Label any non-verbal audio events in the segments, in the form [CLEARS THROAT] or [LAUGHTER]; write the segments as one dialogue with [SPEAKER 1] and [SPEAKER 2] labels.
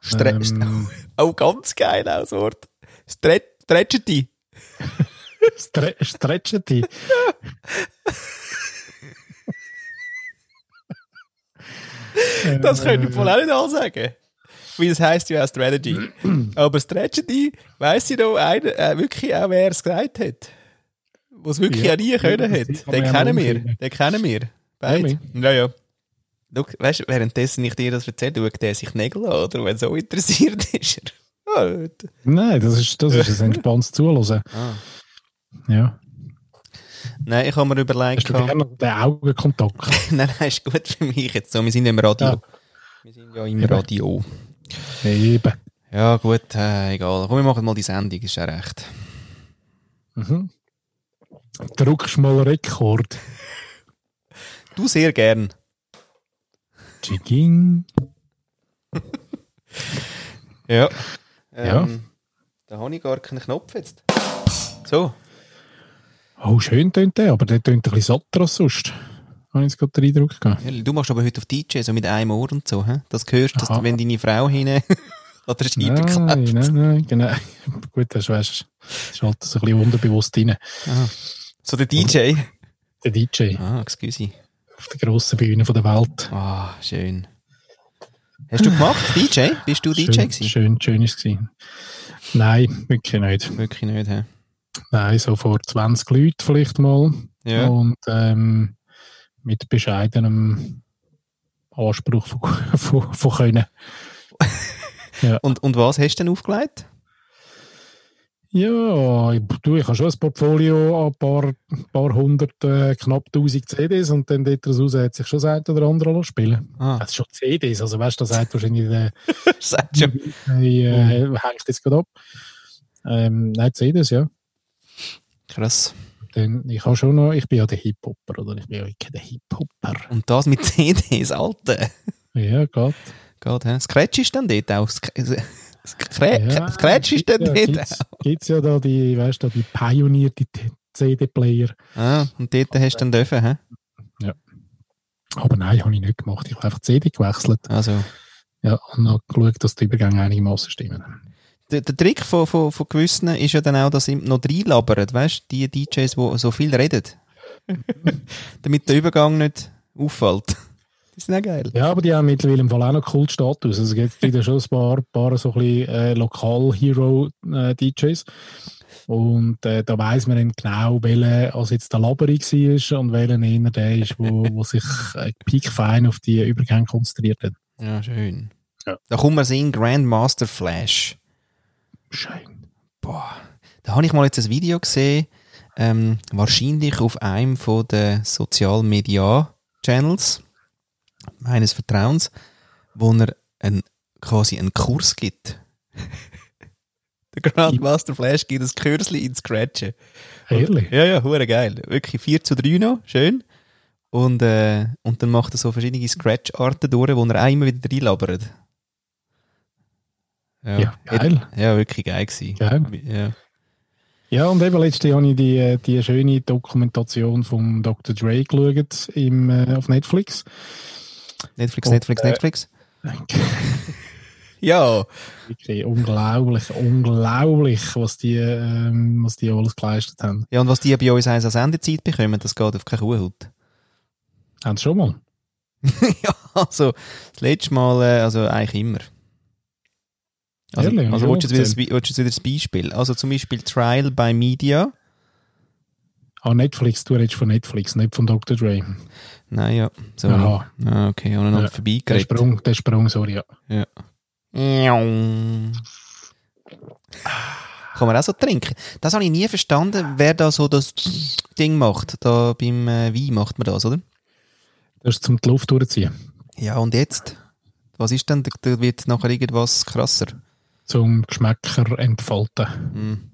[SPEAKER 1] Stre
[SPEAKER 2] Ähm.
[SPEAKER 1] oh, ganz geil, auch das Wort. Stre Stretchety.
[SPEAKER 2] Stre Stretchety.
[SPEAKER 1] Das könnte ich wohl auch nicht ansagen. Weil es heisst ja auch Strategy. Aber Strategy, weiss ich noch, einer, äh, wirklich auch, wer es gesagt hat. Was wirklich
[SPEAKER 2] Ja,
[SPEAKER 1] ja, nie können
[SPEAKER 2] das
[SPEAKER 1] hat.
[SPEAKER 2] kann
[SPEAKER 1] Den
[SPEAKER 2] man ja
[SPEAKER 1] kennen
[SPEAKER 2] mal
[SPEAKER 1] wir.
[SPEAKER 2] umschreiben.
[SPEAKER 1] Den kennen wir. Beide.
[SPEAKER 2] Really?
[SPEAKER 1] Ja, ja. Schau, weißt du, währenddessen ich dir das erzähle, schaut der sich Nägel an, oder? Wenn so interessiert [LAUGHS] ist er. Ja, gut.
[SPEAKER 2] Nein, das ist, das ist ein entspanntes Zuhören. Ja.
[SPEAKER 1] Nein, ich habe mir
[SPEAKER 2] Hast
[SPEAKER 1] überlegt.
[SPEAKER 2] du
[SPEAKER 1] gehabt-
[SPEAKER 2] gerne den
[SPEAKER 1] [LAUGHS]
[SPEAKER 2] Augenkontakt?
[SPEAKER 1] Nein, nein, ist gut für mich jetzt so. Wir sind ja im Radio.
[SPEAKER 2] Ja.
[SPEAKER 1] Wir sind ja im Radio.
[SPEAKER 2] Eben.
[SPEAKER 1] Ja, gut, äh, egal. Komm, wir machen mal die Sendung, ist ja recht.
[SPEAKER 2] Mhm. Drückst mal Rekord.
[SPEAKER 1] Du sehr gern.
[SPEAKER 2] Jigging.
[SPEAKER 1] Ja.
[SPEAKER 2] Ja.
[SPEAKER 1] Ähm, Da habe ich gar keinen Knopf jetzt. So.
[SPEAKER 2] Oh, schön tönt der, aber der tönt ein bisschen satter als sonst. Habe ich jetzt gerade den Eindruck gehabt.
[SPEAKER 1] Du machst aber heute auf DJ, so mit einem Ohr und so. He? Das hörst dass
[SPEAKER 2] Aha.
[SPEAKER 1] du, wenn deine Frau [LAUGHS] hinten an der Scheibe
[SPEAKER 2] Nein,
[SPEAKER 1] klebt.
[SPEAKER 2] nein, nein, genau. Gut, das weisst du, das halt so ein bisschen unbewusst rein.
[SPEAKER 1] So der DJ.
[SPEAKER 2] Der DJ
[SPEAKER 1] Ah, excuse.
[SPEAKER 2] auf der grossen Bühne von der Welt.
[SPEAKER 1] Ah, schön. Hast du gemacht? DJ? Bist du DJ
[SPEAKER 2] schön,
[SPEAKER 1] gewesen?
[SPEAKER 2] schön, schön ist es gewesen. Nein, wirklich nicht.
[SPEAKER 1] Wirklich nicht, hä?
[SPEAKER 2] Nein, so vor 20 Leuten vielleicht mal.
[SPEAKER 1] Ja.
[SPEAKER 2] Und ähm, mit bescheidenem Anspruch von, von, von Können.
[SPEAKER 1] Und, und was hast du denn aufgelegt?
[SPEAKER 2] Ja, ich- du, ich habe schon ein Portfolio an ein paar, paar hundert, äh, knapp tausend CDs und dann dort daraus hat sich schon das eine oder andere lassen spielen.
[SPEAKER 1] Ah,
[SPEAKER 2] Das ist schon CDs, also weißt du, das hat wahrscheinlich der,
[SPEAKER 1] sagst du.
[SPEAKER 2] der äh,
[SPEAKER 1] Mhm.
[SPEAKER 2] hängt jetzt gerade ab. Ähm, nein, CDs, ja.
[SPEAKER 1] Krass.
[SPEAKER 2] Dann, ich habe schon noch, ich bin ja der Hip-Hopper, oder? Ich bin ja kein Hip-Hopper.
[SPEAKER 1] Und das mit [LAUGHS] CDs, Alter.
[SPEAKER 2] Ja, geht.
[SPEAKER 1] Geht, hä? Das Kretsch ist dann dort auch. Das Krä- das Krä-
[SPEAKER 2] Ja,
[SPEAKER 1] das Kretsch Äh, ist dann
[SPEAKER 2] ja,
[SPEAKER 1] dort auch.
[SPEAKER 2] gibt's, gibt's ja da die, weißt du, da die Pioneer, die T- CD-Player.
[SPEAKER 1] Ah, und dort hast du dann dürfen, hä?
[SPEAKER 2] Aber nein, habe ich nicht gemacht. Ich habe einfach die CD gewechselt.
[SPEAKER 1] Also,
[SPEAKER 2] Ja, und noch geschaut, dass die Übergänge einigermaßen stimmen.
[SPEAKER 1] der, der Trick von, von, von gewissen ist ja dann auch, dass sie noch reinlabern, weißt du, die DJs, die so viel [LAUGHS] reden. Damit der Übergang nicht auffällt. Das ist ja geil.
[SPEAKER 2] Ja, aber die haben mittlerweile im Fall auch noch Kultstatus. Also es gibt ja schon ein paar, paar so ein bisschen äh, Lokal-Hero-DJs. Und äh, da weiß man dann genau, welcher also jetzt der Laberi war und welcher eher der ist, wo, wo sich äh, piekfein auf die Übergänge konzentriert hat.
[SPEAKER 1] Ja, schön.
[SPEAKER 2] Ja.
[SPEAKER 1] Da kommen wir sehen, Grandmaster Flash.
[SPEAKER 2] Schön.
[SPEAKER 1] Boah, da habe ich mal jetzt ein Video gesehen, ähm, wahrscheinlich auf einem von den Social Media Channels meines Vertrauens, wo er einen, quasi einen Kurs gibt. [LAUGHS] Der Grandmaster Flash gibt ein Kürzli ins Scratchen.
[SPEAKER 2] Ehrlich.
[SPEAKER 1] Ja, ja, hure geil. Wirklich 4 zu 3 noch, schön. Und, äh, und dann macht er so verschiedene Scratch-Arten durch, wo er auch immer wieder reinlabert.
[SPEAKER 2] Ja, geil.
[SPEAKER 1] Ja, wirklich geil gewesen.
[SPEAKER 2] Geil.
[SPEAKER 1] Ja.
[SPEAKER 2] Ja, und eben letztes Jahr habe ich die, äh, die schöne Dokumentation vom Dr. Dre geschaut im, äh, auf Netflix. [LAUGHS]
[SPEAKER 1] Netflix,
[SPEAKER 2] Und,
[SPEAKER 1] Netflix,
[SPEAKER 2] äh,
[SPEAKER 1] Netflix. Ja.
[SPEAKER 2] Wirklich unglaublich, unglaublich, was die, ähm, was die alles geleistet haben.
[SPEAKER 1] Ja, und was die bei uns eins an Sendezeit bekommen, das geht auf keine Kuhhaut.
[SPEAKER 2] Haben sie schon mal?
[SPEAKER 1] ja, [LAUGHS] also, das letzte Mal, äh, also eigentlich immer. Also,
[SPEAKER 2] Ehrlich?
[SPEAKER 1] also
[SPEAKER 2] Ja,
[SPEAKER 1] willst, du jetzt wieder, das Be- willst du jetzt wieder das Beispiel? Also zum Beispiel Trial by Media.
[SPEAKER 2] Ah, Netflix, du redest von Netflix, nicht von Dr. Dre.
[SPEAKER 1] Nein, ja. So.
[SPEAKER 2] Aha,
[SPEAKER 1] Ah, okay, und dann
[SPEAKER 2] Ja, der
[SPEAKER 1] vorbeigeredet.
[SPEAKER 2] Sprung, der Sprung, sorry. Ja.
[SPEAKER 1] Miau. Kann man auch so trinken. Das habe ich nie verstanden, wer da so das Ding macht. Da beim äh, Wein macht man das, oder?
[SPEAKER 2] Das ist zum die Luft durchziehen.
[SPEAKER 1] Ja, und jetzt? Was ist denn? Da- Da wird nachher irgendwas krasser.
[SPEAKER 2] Zum Geschmäcker entfalten.
[SPEAKER 1] Hm.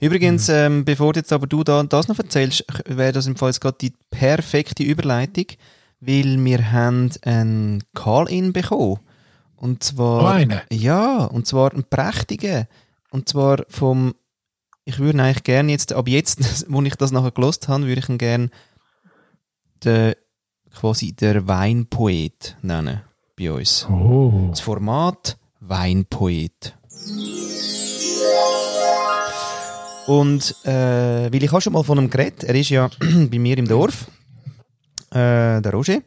[SPEAKER 1] Übrigens, ähm, bevor jetzt aber du da das noch erzählst, k- wäre das im Fall jetzt gerade die perfekte Überleitung, weil wir haben einen Call-In bekommen. Und zwar...
[SPEAKER 2] Oh, einen.
[SPEAKER 1] Ja, und zwar einen prächtigen. Und zwar vom, ich würde ihn eigentlich gerne jetzt, ab jetzt, [LAUGHS] wo ich das nachher gelost habe, würde ich ihn gerne den, quasi der Weinpoet nennen bei uns.
[SPEAKER 2] Oh,
[SPEAKER 1] Das Format Weinpoet. Und äh, weil ich habe schon mal von ihm geredet, er ist ja [CLEARS THROAT] bei mir im Dorf, äh, der Roger.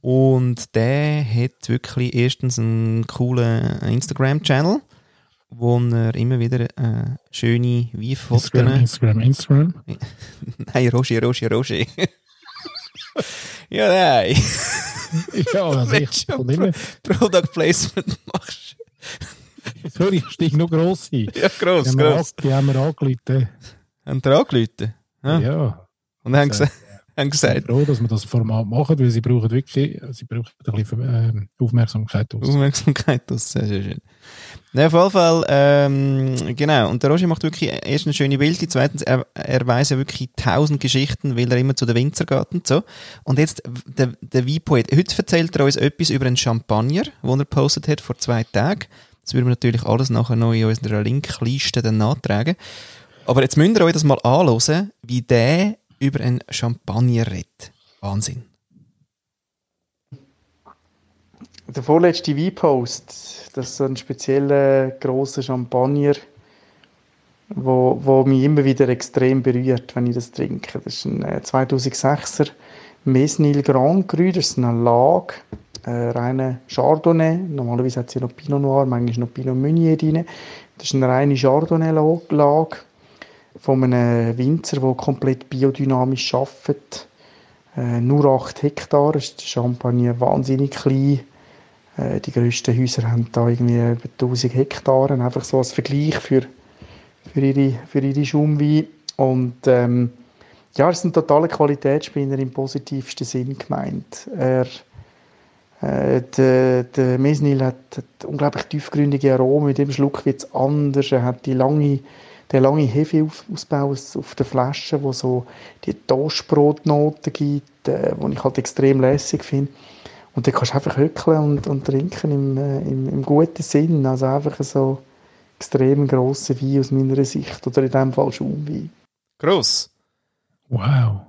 [SPEAKER 1] Und der hat wirklich erstens einen coolen Instagram-Channel, wo er immer wieder äh, schöne Weinfotos...
[SPEAKER 2] Instagram, Instagram, Instagram.
[SPEAKER 1] [LAUGHS] Nein, Roger, Roger, Roger. [LAUGHS] ja, nein. [LAUGHS]
[SPEAKER 2] Ja, also
[SPEAKER 1] Wenn
[SPEAKER 2] ich
[SPEAKER 1] schon
[SPEAKER 2] komme immer.
[SPEAKER 1] Product Placement machst.
[SPEAKER 2] Sorry, ich steige noch gross ein.
[SPEAKER 1] Ja,
[SPEAKER 2] Die
[SPEAKER 1] gross,
[SPEAKER 2] haben wir,
[SPEAKER 1] gross.
[SPEAKER 2] an- die haben wir angeleitet.
[SPEAKER 1] Haben die angerufen? Ja.
[SPEAKER 2] Ja. ja.
[SPEAKER 1] Und haben,
[SPEAKER 2] Also,
[SPEAKER 1] gesa [LAUGHS] haben
[SPEAKER 2] Ich bin
[SPEAKER 1] gesagt,
[SPEAKER 2] froh, dass wir das Format machen, weil sie brauchen wirklich sie brauchen ein bisschen ähm, Aufmerksamkeit.
[SPEAKER 1] Mhm.
[SPEAKER 2] Aus.
[SPEAKER 1] Aufmerksamkeit aus. Sehr, sehr schön. Na, auf jeden Fall, ähm, genau. Und der Roger macht wirklich erstens schöne Bilder, zweitens, er, er weiss ja wirklich tausend Geschichten, weil er immer zu den Winzer geht und so. Und jetzt, der, der Weinpoet, heute erzählt er uns etwas über einen Champagner, den er postet hat vor zwei Tagen. Das würden wir natürlich alles nachher noch in unserer Linkliste dann nachtragen. Aber jetzt müsst ihr euch das mal anhören, wie der über einen Champagner redet. Wahnsinn.
[SPEAKER 3] Der vorletzte Weinpost, das ist so ein spezieller grosser Champagner, wo, wo mich immer wieder extrem berührt, wenn ich das trinke. Das ist ein äh, 2006er Mesnil Grand Cru, das ist eine Lage, äh, reine Chardonnay. Normalerweise hat sie noch Pinot Noir, manchmal noch Pinot Meunier drin. Das ist eine reine Chardonnay-Lage von einem Winzer, der komplett biodynamisch arbeitet. Äh, nur 8 Hektar, ist der Champagner wahnsinnig klein. Äh, die grössten Häuser haben da irgendwie über 1000 Hektar. Einfach so als Vergleich für, für ihre, für ihre Schaumwein. Und ähm, ja, er ist ein totaler Qualitätsspinner im positivsten Sinn gemeint. Er, äh, der, der Mesnil hat, hat unglaublich tiefgründige Aromen. Mit dem Schluck wird es anders. Er hat die lange, den langen Hefeausbau auf, auf der Flasche, wo so die Toastbrotnoten gibt, äh, die ich halt extrem lässig finde. Und dann kannst du einfach hückeln und, und trinken im, äh, im, im guten Sinn. Also einfach so extrem grosser Wein aus meiner Sicht. Oder in dem Fall Schaumwein.
[SPEAKER 1] Gross.
[SPEAKER 2] Wow.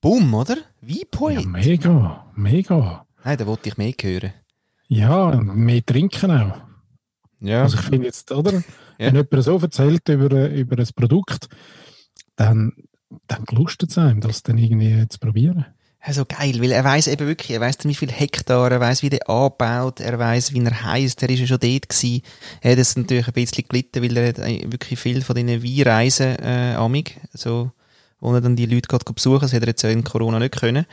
[SPEAKER 1] Boom, oder? Weinpoet.
[SPEAKER 2] Ja, mega, mega.
[SPEAKER 1] Nein, da wollte ich mehr hören.
[SPEAKER 2] Ja, und mehr trinken auch.
[SPEAKER 1] Ja.
[SPEAKER 2] Also ich finde jetzt, oder? Wenn jemand so erzählt über, äh, über ein Produkt, dann, dann lustet es einem, das dann irgendwie zu probieren.
[SPEAKER 1] Also geil, weil er weiß eben wirklich, er weiß wie viel Hektar, er weiß wie der anbaut, er weiß wie er heißt. Er ist ja schon dort gewesen. Er hat es natürlich ein bisschen gelitten, weil er hat äh, wirklich viel von diesen Weinreisen äh, amig, so, wo er dann die Leute gerade besuchen, das hätte er jetzt ja in Corona nicht können.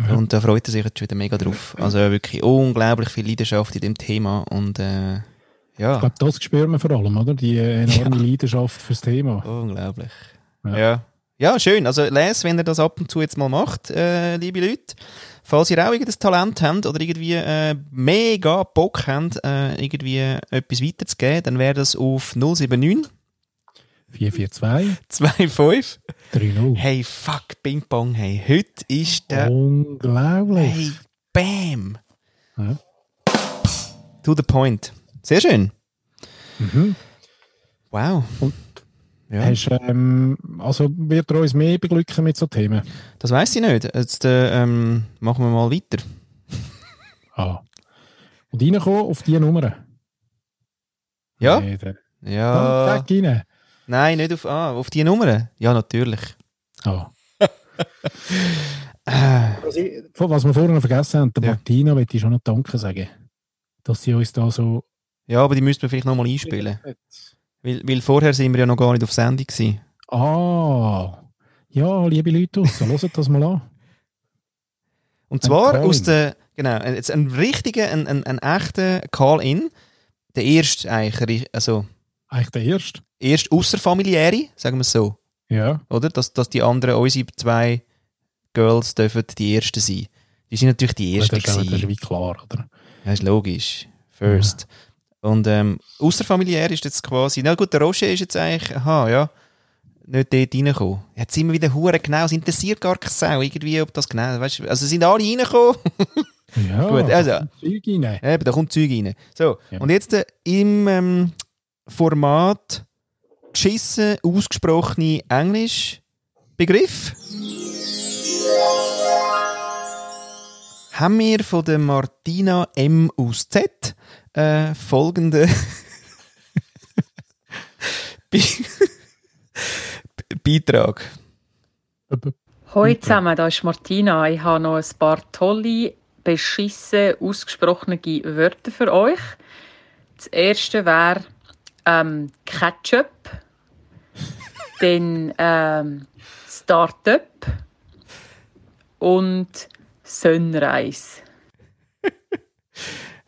[SPEAKER 2] Ja.
[SPEAKER 1] Und da freut er sich jetzt schon wieder mega drauf. Also wirklich unglaublich viel Leidenschaft in dem Thema und äh,
[SPEAKER 2] Ich
[SPEAKER 1] ja,
[SPEAKER 2] glaube, das spürt man vor allem, oder? Die äh, enorme Leidenschaft fürs Thema.
[SPEAKER 1] unglaublich.
[SPEAKER 2] Ja.
[SPEAKER 1] Ja. ja, schön. Also les, wenn ihr das ab und zu jetzt mal macht, äh, liebe Leute. Falls ihr auch irgendein Talent habt oder irgendwie äh, mega Bock habt, äh, irgendwie etwas weiterzugeben, dann wäre das auf 079
[SPEAKER 2] 442,
[SPEAKER 1] 25.
[SPEAKER 2] 3-0.
[SPEAKER 1] Hey, fuck, Ping Pong, hey. Heute ist der...
[SPEAKER 2] Unglaublich.
[SPEAKER 1] Hey, bam.
[SPEAKER 2] Ja.
[SPEAKER 1] To the point. Sehr schön.
[SPEAKER 2] Mhm.
[SPEAKER 1] Wow.
[SPEAKER 2] Und
[SPEAKER 1] Ja.
[SPEAKER 2] Hast, ähm, also wird er uns mehr beglücken mit so Themen?
[SPEAKER 1] Das weiß ich nicht. Jetzt äh, ähm, machen wir mal weiter.
[SPEAKER 2] Ah. Und reinkommen auf diese Nummer.
[SPEAKER 1] Ja? Ah.
[SPEAKER 2] Nee, der-
[SPEAKER 1] Ja.
[SPEAKER 2] Dann direkt rein.
[SPEAKER 1] Nein, nicht auf, ah, auf die Nummer. Ja, natürlich.
[SPEAKER 2] Ah.
[SPEAKER 1] Äh,
[SPEAKER 2] Von Was wir vorhin noch vergessen haben, der
[SPEAKER 1] Ja.
[SPEAKER 2] Martina möchte ich schon noch Danke sagen, dass sie uns da so...
[SPEAKER 1] ja, aber die müssten wir vielleicht nochmal einspielen. Weil, weil vorher sind wir ja noch gar nicht auf Sendung gewesen.
[SPEAKER 2] Ah, ja, liebe Leute draussen, hört das mal an.
[SPEAKER 1] Und zwar
[SPEAKER 2] Call-in.
[SPEAKER 1] aus der, genau, äh, jetzt ein richtiger, ein, ein, ein echter Call-In. Der erste eigentlich, ri- also,
[SPEAKER 2] Eigentlich der Erste.
[SPEAKER 1] erst außerfamiliäre, sagen wir es so,
[SPEAKER 2] Ja,
[SPEAKER 1] oder? Dass, dass die anderen, unsere zwei Girls dürfen die Ersten sein. Die sind natürlich die
[SPEAKER 2] das
[SPEAKER 1] Ersten
[SPEAKER 2] ist, ja- das ist
[SPEAKER 1] gewesen.
[SPEAKER 2] wie klar, oder?
[SPEAKER 1] Ja, ist logisch. First. Und ähm, außerfamiliär ist jetzt quasi, na gut, der Roger ist jetzt eigentlich, aha, ja, nicht dort reingekommen. Jetzt sind wir wieder hure genau, es interessiert gar keine Sau irgendwie, ob das genau, weißt du, also sind alle reingekommen,
[SPEAKER 2] Ja,
[SPEAKER 1] Gut, also.
[SPEAKER 2] da kommt Zeug rein.
[SPEAKER 1] eben, da kommt Zeug rein. So,
[SPEAKER 2] Ja.
[SPEAKER 1] und jetzt äh, im ähm, Format geschissen, ausgesprochene Englisch Begriff haben wir von der Martina M. aus Z äh, folgende [LAUGHS] Be Beitrag.
[SPEAKER 4] Hallo zusammen, da ist Martina. Ich habe noch ein paar tolle, beschissene, ausgesprochene Wörter für euch. Das erste wäre ähm, Ketchup, dann ähm, Startup und Sunrise.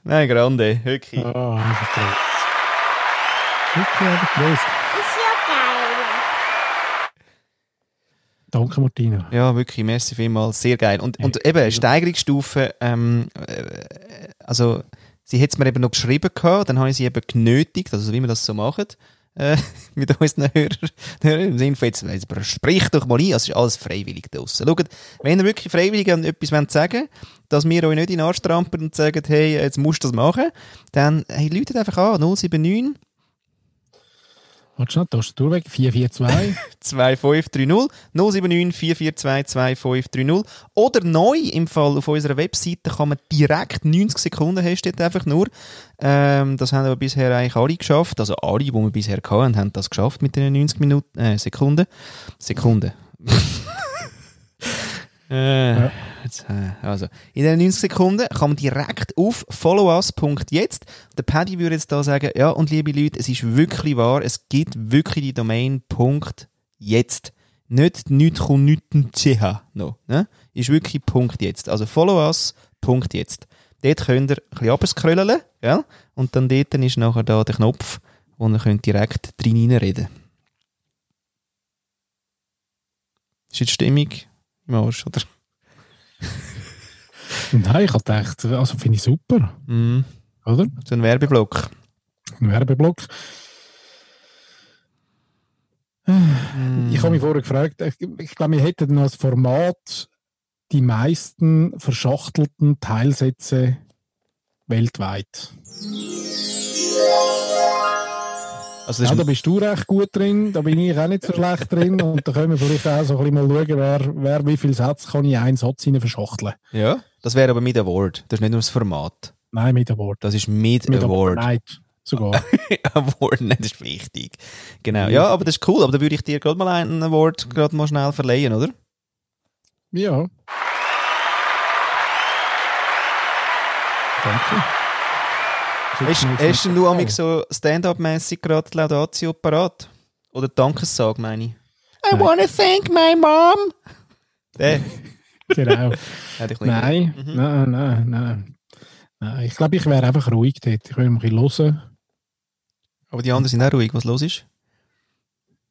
[SPEAKER 1] Nein, Grande,
[SPEAKER 2] [LAUGHS]
[SPEAKER 1] wirklich.
[SPEAKER 2] Oh, einfach gross. Wirklich einfach gross.
[SPEAKER 5] Ist ja geil.
[SPEAKER 2] Danke, Martina.
[SPEAKER 1] Ja, wirklich, merci vielmals, sehr geil. Und, und eben, Steigerungsstufe, ähm, äh, also sie hat es mir eben noch geschrieben gehabt, dann habe ich sie eben genötigt, also wie wir das so machen, äh, [LAUGHS] mit unseren Hörern, Hörern, im Sinne von jetzt, jetzt sprich doch mal ein, es ist alles freiwillig draussen. Schaut, wenn ihr wirklich freiwillig an etwas wollt sagen dass wir euch nicht in den Arsch trampeln und sagen, hey, jetzt musst du das machen, dann, hey, läutet einfach an, 079
[SPEAKER 2] Warte schnell, da ist die Tour weg.
[SPEAKER 5] [LAUGHS]
[SPEAKER 2] 442.
[SPEAKER 1] 2530 079 442 2530 oder neu im Fall auf unserer Webseite kann man direkt 90 Sekunden hast du dort einfach nur. Ähm, das haben aber bisher eigentlich alle geschafft, also alle, die wir bisher hatten, haben das geschafft mit den 90 Minuten, äh, Sekunden. Sekunden. [LAUGHS] äh,
[SPEAKER 2] Ja.
[SPEAKER 1] jetzt, äh, also, in den 90 Sekunden kann man direkt auf followus.jetzt. Der Paddy würde jetzt da sagen, ja, und liebe Leute, es ist wirklich wahr, es gibt wirklich die Domain Punkt jetzt. Nicht nichts kommt nichts ch noch. Ne? Ist wirklich Punkt jetzt. Also followus.jetzt. jetzt. Dort könnt ihr ein bisschen abscrollen, gell? Und dann dort ist nachher da der Knopf, wo ihr könnt direkt drin hineinreden Ist jetzt die Stimmung im Arsch, oder?
[SPEAKER 2] Nein, ich habe gedacht, also finde ich super,
[SPEAKER 1] Mhm.
[SPEAKER 2] oder?
[SPEAKER 1] So ein Werbeblock.
[SPEAKER 2] Ein Werbeblock.
[SPEAKER 5] Mhm.
[SPEAKER 1] Mhm.
[SPEAKER 2] Ich habe mich vorher gefragt, ich, ich glaube, wir hätten noch als Format die meisten verschachtelten Teilsätze weltweit.
[SPEAKER 1] Also das
[SPEAKER 2] Ja,
[SPEAKER 1] ist
[SPEAKER 2] da bist du recht gut drin, da bin ich auch nicht so schlecht drin und da können wir vielleicht auch so ein bisschen mal schauen, wer, wer wie viele Sätze kann ich in einen Satz hinein verschachteln.
[SPEAKER 1] Ja, das wäre aber mit Award. Das ist nicht nur das Format.
[SPEAKER 2] Nein, mit dem Wort.
[SPEAKER 1] Das ist mit,
[SPEAKER 2] Mit dem
[SPEAKER 1] Award.
[SPEAKER 2] Nein,
[SPEAKER 1] [LAUGHS]
[SPEAKER 2] sogar.
[SPEAKER 1] Award, nein, das ist wichtig. Genau. Ja, aber das ist cool. Aber da würde ich dir gerade mal einen Award gerade mal schnell verleihen, oder?
[SPEAKER 2] ja. Danke.
[SPEAKER 1] Hast, hast denn du amig so Stand-up-mässig gerade die Laudatio parat? Oder die Dankessage, meine ich? I
[SPEAKER 2] Nein.
[SPEAKER 1] wanna thank my mom! Der [LAUGHS]
[SPEAKER 2] Genau.
[SPEAKER 1] hätte ich nicht.
[SPEAKER 2] Nein,
[SPEAKER 1] Mhm.
[SPEAKER 2] nein, nein, nein. Nein, ich glaube, ich wäre einfach ruhig dort. Ich würde mich ein bisschen hören.
[SPEAKER 1] Aber die anderen sind auch ruhig, was los ist.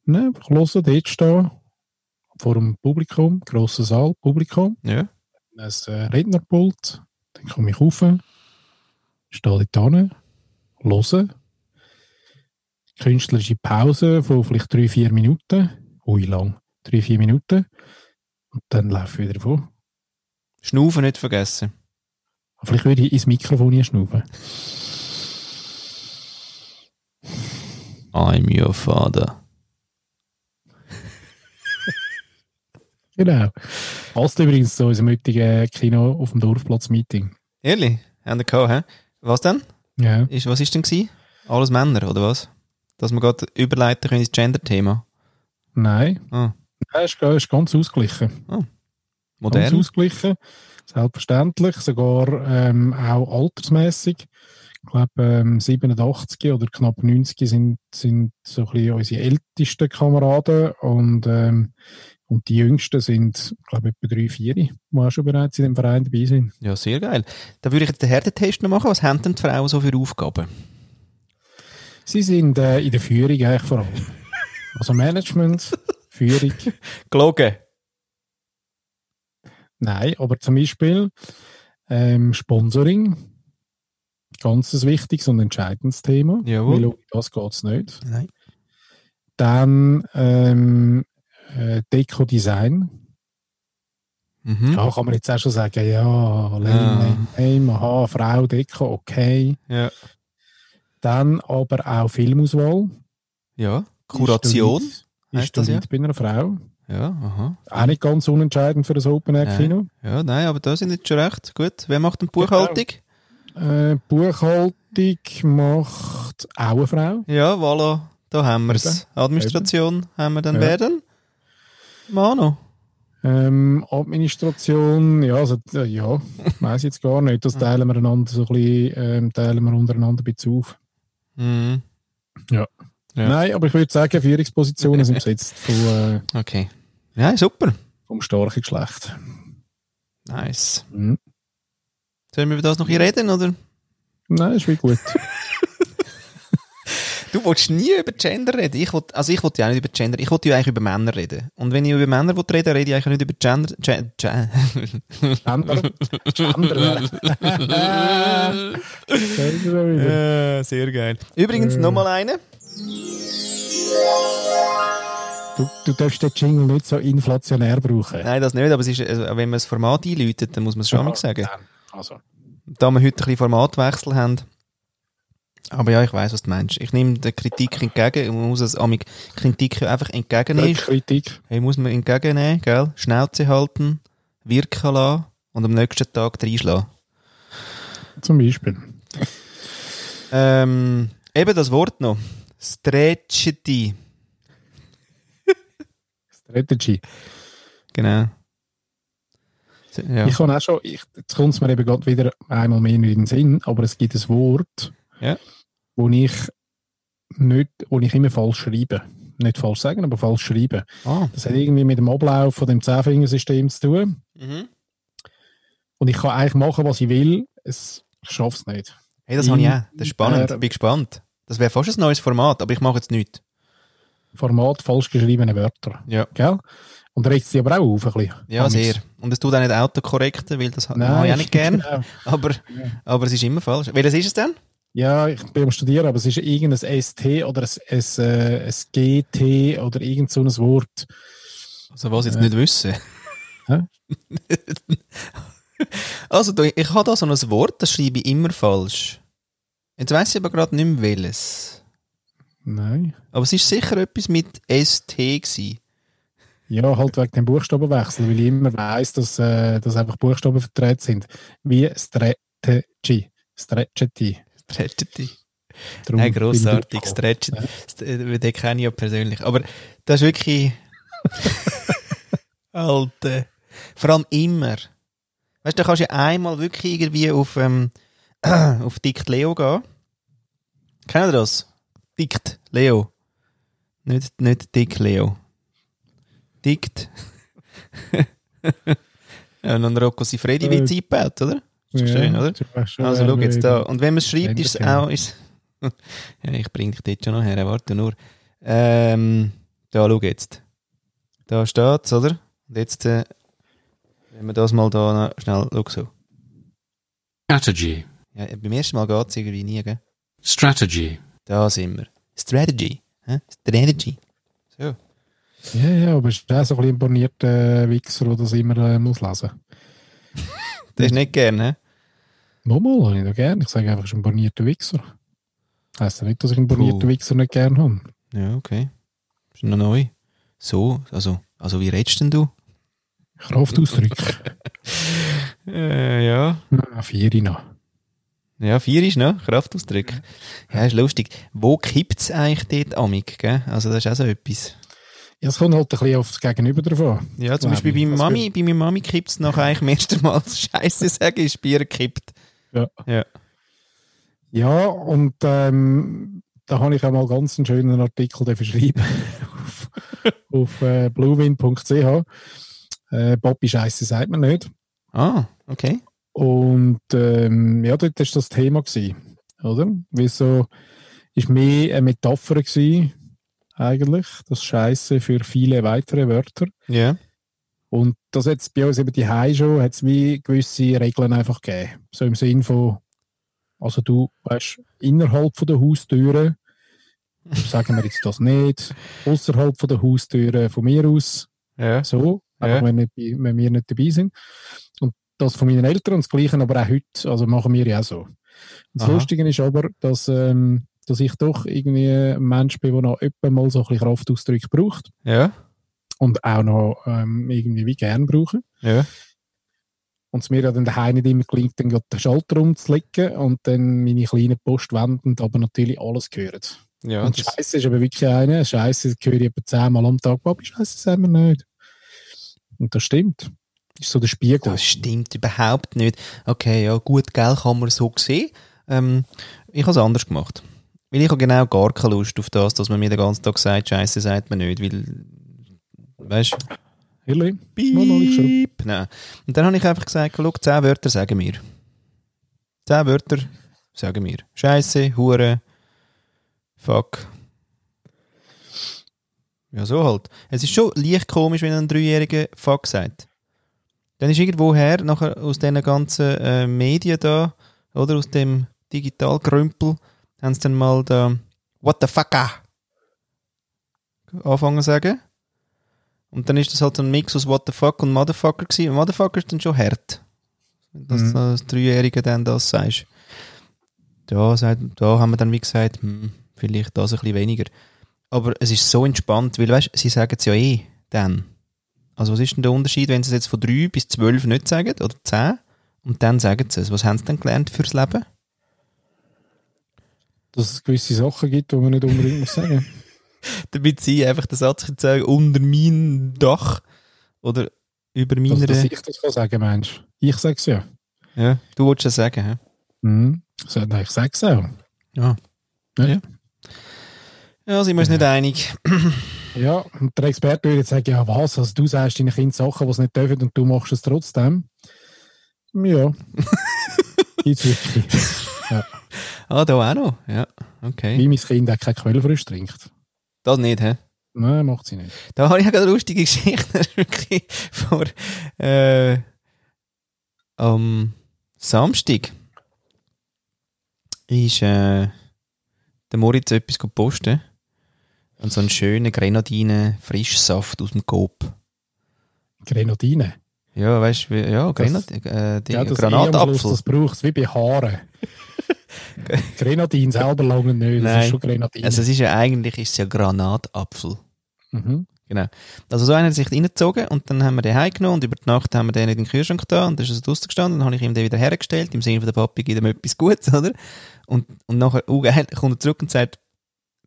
[SPEAKER 2] Nein, einfach hören, dort stehen. Vor dem Publikum, grosser Saal, Publikum,
[SPEAKER 1] Ja.
[SPEAKER 2] ein äh, Rednerpult. Dann komme ich rauf, stehe dort hin, höre. Künstlerische Pause von vielleicht drei, vier Minuten. Ui, lang. Drei, vier Minuten. Und dann laufe ich wieder vor.
[SPEAKER 1] Schnaufen nicht vergessen.
[SPEAKER 2] Vielleicht würde ich ins Mikrofon hinschnaufen.
[SPEAKER 1] I'm your father.
[SPEAKER 2] [LAUGHS] Genau. Passt übrigens zu unserem heutigen Kino auf dem Dorfplatz-Meeting.
[SPEAKER 1] Ehrlich? Haben wir gehabt, hä? Was denn?
[SPEAKER 2] Ja.
[SPEAKER 1] Ist, was ist denn gewesen? Alles Männer, oder was? Dass wir gerade überleiten können ins Gender-Thema.
[SPEAKER 2] Nein.
[SPEAKER 1] Ah.
[SPEAKER 2] Nein, ist, ist ganz ausgeglichen. Ganz
[SPEAKER 1] Modern.
[SPEAKER 2] ausgeglichen. Selbstverständlich. Sogar ähm, auch altersmäßig. Ich glaube, ähm, 87 oder knapp 90 sind, sind so ein bisschen unsere ältesten Kameraden. Und, ähm, und die jüngsten sind, ich glaube etwa drei, vier, die auch schon bereits in dem Verein dabei sind.
[SPEAKER 1] Ja, sehr geil. Da würde ich jetzt den Herdentest noch machen. Was haben denn die Frauen so für Aufgaben?
[SPEAKER 2] Sie sind äh, in der Führung eigentlich vor allem. Also Management, Führung,
[SPEAKER 1] Gelogen.
[SPEAKER 2] nein, aber zum Beispiel ähm, Sponsoring, ganz ein wichtiges und entscheidendes Thema.
[SPEAKER 1] Jawohl.
[SPEAKER 2] Weil ohne das geht es nicht.
[SPEAKER 1] Nein.
[SPEAKER 2] Dann ähm, äh, Deko-Design.
[SPEAKER 1] Mhm.
[SPEAKER 2] Ja, kann man jetzt auch schon sagen, ja, lame,
[SPEAKER 1] Ja.
[SPEAKER 2] lame, lame, aha, Frau, Deko, okay.
[SPEAKER 1] Ja.
[SPEAKER 2] Dann aber auch Filmauswahl.
[SPEAKER 1] Ja. Kuration.
[SPEAKER 2] Ist du
[SPEAKER 1] Heißt das ja?
[SPEAKER 2] bei einer Frau?
[SPEAKER 1] Ja, aha.
[SPEAKER 2] Auch nicht ganz unentscheidend für das Open-Air-Kino.
[SPEAKER 1] Ja, nein, aber da sind jetzt schon recht. Gut, wer macht denn
[SPEAKER 2] Genau.
[SPEAKER 1] die Buchhaltung?
[SPEAKER 2] Äh, Buchhaltung macht auch eine Frau.
[SPEAKER 1] Ja, voilà, da haben wir es. Administration haben wir dann
[SPEAKER 2] Ja.
[SPEAKER 1] werden. Mano.
[SPEAKER 2] Ähm, Administration, ja, also, äh, ja, weiß jetzt gar nicht. Das teilen wir einander so ein bisschen, ähm, teilen wir untereinander ein bisschen auf.
[SPEAKER 1] Mhm. Ja.
[SPEAKER 2] Nein, aber ich würde sagen, Führungspositionen sind besetzt von, äh,
[SPEAKER 1] Okay. Ja, super.
[SPEAKER 2] vom starken Geschlecht.
[SPEAKER 1] Nice.
[SPEAKER 2] Mhm.
[SPEAKER 1] Sollen wir über das noch hier reden, oder?
[SPEAKER 2] Nein, ist wie gut.
[SPEAKER 1] Du willst nie über Gender reden. Ich will, also ich will ja auch nicht über Gender, ich will ja eigentlich über Männer reden. Und wenn ich über Männer will reden rede ich eigentlich nicht über Gender. Gen, Gen.
[SPEAKER 2] Gender.
[SPEAKER 1] [LAUGHS]
[SPEAKER 2] Gender. Gender
[SPEAKER 1] Ja, Äh, sehr geil. Übrigens,
[SPEAKER 2] Äh.
[SPEAKER 1] nochmal eine.
[SPEAKER 2] du, du darfst den Jingle nicht so inflationär brauchen.
[SPEAKER 1] Nein, das nicht, aber es ist, also, wenn man das Format einläutet, dann muss man es schon mal sagen.
[SPEAKER 2] Dann, Also,
[SPEAKER 1] Da wir heute ein bisschen Formatwechsel haben. Aber ja, ich weiß, was du meinst. Ich nehme der Kritik entgegen. und Man muss es amig Kritik ja einfach entgegennehmen.
[SPEAKER 2] nicht Kritik.
[SPEAKER 1] Hey, muss man entgegennehmen, gell? Schnauze halten, wirken lassen und am nächsten Tag reinschlagen.
[SPEAKER 2] Zum Beispiel.
[SPEAKER 1] Ähm, eben das Wort noch. Stretchety.
[SPEAKER 2] Strategy.
[SPEAKER 1] Genau. S- Ja,
[SPEAKER 2] Ich kann auch schon, ich, jetzt kommt es mir eben gerade wieder einmal mehr nicht in den Sinn, aber es gibt ein Wort,
[SPEAKER 1] Ja.
[SPEAKER 2] wo ich nicht, wo ich immer falsch schreibe. Nicht falsch sagen, aber falsch schreiben.
[SPEAKER 1] Ah.
[SPEAKER 2] Das hat irgendwie mit dem Ablauf von dem Zehnfingersystem zu tun.
[SPEAKER 1] Mhm.
[SPEAKER 2] Und ich kann eigentlich machen, was ich will. Es, ich schaffe es nicht.
[SPEAKER 1] Hey, das habe ich auch.
[SPEAKER 2] In-
[SPEAKER 1] Das ist spannend.
[SPEAKER 2] äh,
[SPEAKER 1] Bin gespannt. Das wäre fast ein neues Format, aber ich mache jetzt nichts.
[SPEAKER 2] Format falsch geschriebene Wörter.
[SPEAKER 1] Ja.
[SPEAKER 2] Gell? Und regt sie aber auch auf ein bisschen.
[SPEAKER 1] Ja,
[SPEAKER 2] Amix.
[SPEAKER 1] sehr. Und es tut auch nicht autokorrekte, weil das ha- habe ich auch nicht [LAUGHS] gern.
[SPEAKER 2] [LAUGHS] genau.
[SPEAKER 1] Aber, aber es ist immer falsch. Welches ist es denn?
[SPEAKER 2] Ja, ich bin am Studieren, aber es ist irgendein ST oder ein, ein, äh, ein GT oder irgend so ein Wort.
[SPEAKER 1] Also was jetzt nicht wissen.
[SPEAKER 2] Hä?
[SPEAKER 1] [LAUGHS] also du, ich habe da so ein Wort, das schreibe ich immer falsch. Jetzt weiß ich aber gerade nicht mehr welches.
[SPEAKER 2] Nein.
[SPEAKER 1] Aber es ist sicher etwas mit ST gewesen.
[SPEAKER 2] Ja, halt wegen dem Buchstabenwechsel, weil ich immer weiss, dass, äh, dass einfach Buchstaben verdreht sind. Wie Strategy. Strategy.
[SPEAKER 1] Stretchety.
[SPEAKER 2] Darum
[SPEAKER 1] Nein,
[SPEAKER 2] bin
[SPEAKER 1] grossartig.
[SPEAKER 2] ich-
[SPEAKER 1] Stretchety. St- äh, Den kenne ich ja persönlich. Aber das ist wirklich... Alter. Vor allem immer. Weißt du, da kannst du ja einmal wirklich irgendwie auf, ähm, [CLEARS THROAT] auf Dikt Leo gehen. Kennt ihr das? Dikt Leo. Nicht, nicht Dick Leo. Dikt. [LAUGHS] ja, und dann Rocco Sifredi wird es eingebaut, oder? Ist doch schön, oder?
[SPEAKER 2] Ja, schon
[SPEAKER 1] Also schau
[SPEAKER 2] eine-
[SPEAKER 1] jetzt da. Und wenn man es schreibt,
[SPEAKER 2] Länder
[SPEAKER 1] ist es
[SPEAKER 2] kennen.
[SPEAKER 1] auch. Ist, [LAUGHS] ja, ich bringe dich dort schon noch her, warte nur. Ähm, da schau jetzt. Da steht es, oder? Und jetzt, äh, wenn wir das mal da noch schnell schau so.
[SPEAKER 6] Strategy.
[SPEAKER 1] Ja, beim ersten Mal geht es irgendwie nie, gell?
[SPEAKER 6] Strategy.
[SPEAKER 1] Da sind wir. Strategy. hä? Strategy. So.
[SPEAKER 2] Ja, ja, aber es ist auch so ein bisschen imponierter Wichser, der das immer äh, muss lesen
[SPEAKER 1] Das ist nicht gern, hä?
[SPEAKER 2] Nochmal habe ich da gerne. Ich sage einfach, es ist ein bornierter Wichser. Heißt ja nicht, dass ich einen bornierten
[SPEAKER 1] Puh.
[SPEAKER 2] Wichser nicht gerne habe.
[SPEAKER 1] Ja, okay. Ist noch neu. So, also, also wie redest denn du?
[SPEAKER 2] Kraftausdrück.
[SPEAKER 1] Äh, ja.
[SPEAKER 2] Ah, Vier noch.
[SPEAKER 1] Ja, vier ist, ne? Kraftausdruck. Ja, ist lustig. Wo kippt es eigentlich dort amig, gell? Also das ist auch so etwas.
[SPEAKER 2] Ja, es kommt halt ein bisschen auf das Gegenüber drauf an.
[SPEAKER 1] Ja, zum
[SPEAKER 2] Glaub
[SPEAKER 1] Beispiel
[SPEAKER 2] ich.
[SPEAKER 1] bei meiner
[SPEAKER 2] Das
[SPEAKER 1] Mami, bei meiner Mami kippt es [LAUGHS] nachher eigentlich am ersten Mal Scheiße sagen, ist Bier gekippt.
[SPEAKER 2] Ja, und ähm, da habe ich auch mal ganz einen schönen Artikel dafür schreiben auf, auf äh, bluewind.ch. Äh, Papi Scheiße sagt man nicht.
[SPEAKER 1] Ah, okay.
[SPEAKER 2] Und ähm, ja, dort war das Thema, gewesen, oder? Wieso ist mehr eine Metapher gewesen, eigentlich, das Scheiße für viele weitere Wörter.
[SPEAKER 1] Ja.
[SPEAKER 2] Und das hat bei uns eben die Hause schon, hat es wie gewisse Regeln einfach gegeben. So im Sinn von, also du weißt, innerhalb von der Haustüre, sagen wir jetzt das nicht, außerhalb von der Haustüre von mir aus,
[SPEAKER 1] Ja.
[SPEAKER 2] so,
[SPEAKER 1] Ja.
[SPEAKER 2] einfach wenn, nicht, bei- wenn wir nicht dabei sind. Und das von meinen Eltern und das Gleiche aber auch heute, also machen wir ja auch so. Und das
[SPEAKER 1] Aha.
[SPEAKER 2] Lustige ist aber, dass, ähm, dass ich doch irgendwie ein Mensch bin, der noch etwa mal so ein bisschen Kraftausdruck braucht.
[SPEAKER 1] Ja.
[SPEAKER 2] und auch noch ähm, irgendwie wie gern brauchen.
[SPEAKER 1] Ja.
[SPEAKER 2] Und es mir ja dann daheim nicht immer gelingt, dann gerade den Schalter umzulegen und dann meine kleinen Postwände aber natürlich alles hören.
[SPEAKER 1] Ja,
[SPEAKER 2] und
[SPEAKER 1] das,
[SPEAKER 2] Scheiße ist aber wirklich eine. Scheiße höre ich etwa zehnmal am Tag. Papi, Scheiße sagen wir nicht. Und das stimmt. Ist so der Spiegel.
[SPEAKER 1] das stimmt überhaupt nicht. Okay, ja, gut, gell, kann man so sehen. Ähm, ich habe es anders gemacht. Weil ich habe genau gar keine Lust auf das, dass man mir den ganzen Tag sagt, Scheiße sagt man nicht, weil, weißt du,
[SPEAKER 2] Ehrlich? Mal, mal, ich schon.
[SPEAKER 1] Piep. Nein. Und dann habe ich einfach gesagt, schau, 10 Wörter sagen wir. 10 Wörter sagen wir. Scheiße, Hure, Fuck. Ja, so halt. Es ist schon leicht komisch, wenn ein Dreijähriger Fuck sagt. Dann ist irgendwoher, nachher aus diesen ganzen äh, Medien da, oder aus dem Digitalkrümpel, haben sie dann mal da What the fuck? ah anfangen zu sagen. Und dann ist das halt so ein Mix aus What the fuck und Motherfucker gewesen. Und Motherfucker ist dann schon hart. Dass
[SPEAKER 2] Mhm.
[SPEAKER 1] du als Dreijähriger dann das sagst. Da, sagt, da haben wir dann wie gesagt, hm, vielleicht das ein bisschen weniger. Aber es ist so entspannt, weil weißt, sie sagen es ja eh dann. Also was ist denn der Unterschied, wenn sie es jetzt von 3 bis 12 nicht sagen oder 10 und dann sagen sie es? Was haben sie denn gelernt fürs Leben?
[SPEAKER 2] Dass es gewisse Sachen gibt, die man nicht unbedingt
[SPEAKER 1] [LAUGHS]
[SPEAKER 2] muss sagen.
[SPEAKER 1] Damit sie einfach den Satz können sagen, unter mein Dach oder über
[SPEAKER 2] Dass,
[SPEAKER 1] meine...
[SPEAKER 2] dass ich das kann sagen, Mensch. Ich sag's ja.
[SPEAKER 1] ja, du wolltest das sagen, hä?
[SPEAKER 2] Mhm. Ich sag- Nein, ich sag's auch.
[SPEAKER 1] Ja.
[SPEAKER 2] Ja.
[SPEAKER 1] Ja, ja sind wir uns nicht einig.
[SPEAKER 2] Ja, und der Experte würde jetzt sagen, ja was, also du sagst deinen Kindern Sachen, die sie nicht dürfen und du machst es trotzdem.
[SPEAKER 1] [LAUGHS]
[SPEAKER 2] Ja. Gibt's wirklich.
[SPEAKER 1] Ah, da auch noch? Ja, okay.
[SPEAKER 2] Wie mein Kind auch keine Quellfrüchte trinkt.
[SPEAKER 1] Das nicht, hä?
[SPEAKER 2] Nein, macht sie nicht.
[SPEAKER 1] Da habe ich auch eine lustige [LAUGHS] Geschichte das ist wirklich vor äh, am Samstag ist äh, der Moritz etwas gepostet und so einen schönen Grenadinen Frischsaft aus dem Coop.
[SPEAKER 2] Grenadine.
[SPEAKER 1] Ja, weißt du, wie- ja, Grenad, äh, die,
[SPEAKER 2] Ja, das eh am Schluss,
[SPEAKER 1] Granatapfel.
[SPEAKER 2] das braucht es wie
[SPEAKER 1] [LAUGHS]
[SPEAKER 2] bei Haaren. Grenadin selber lange nicht, das
[SPEAKER 1] Nein.
[SPEAKER 2] ist schon Grenadin.
[SPEAKER 1] Also es ist ja eigentlich ist es ja Granatapfel.
[SPEAKER 2] mhm.
[SPEAKER 1] Also so einer hat sich reingezogen und dann haben wir den heimgenommen und über die Nacht haben wir den in den Kühlschrank da und dann ist er draussen gestanden und dann habe ich ihm den wieder hergestellt, im Sinne von der Papi gibt ihm etwas Gutes, [LAUGHS] oder? Und, und nachher, oh geil, kommt er zurück und sagt,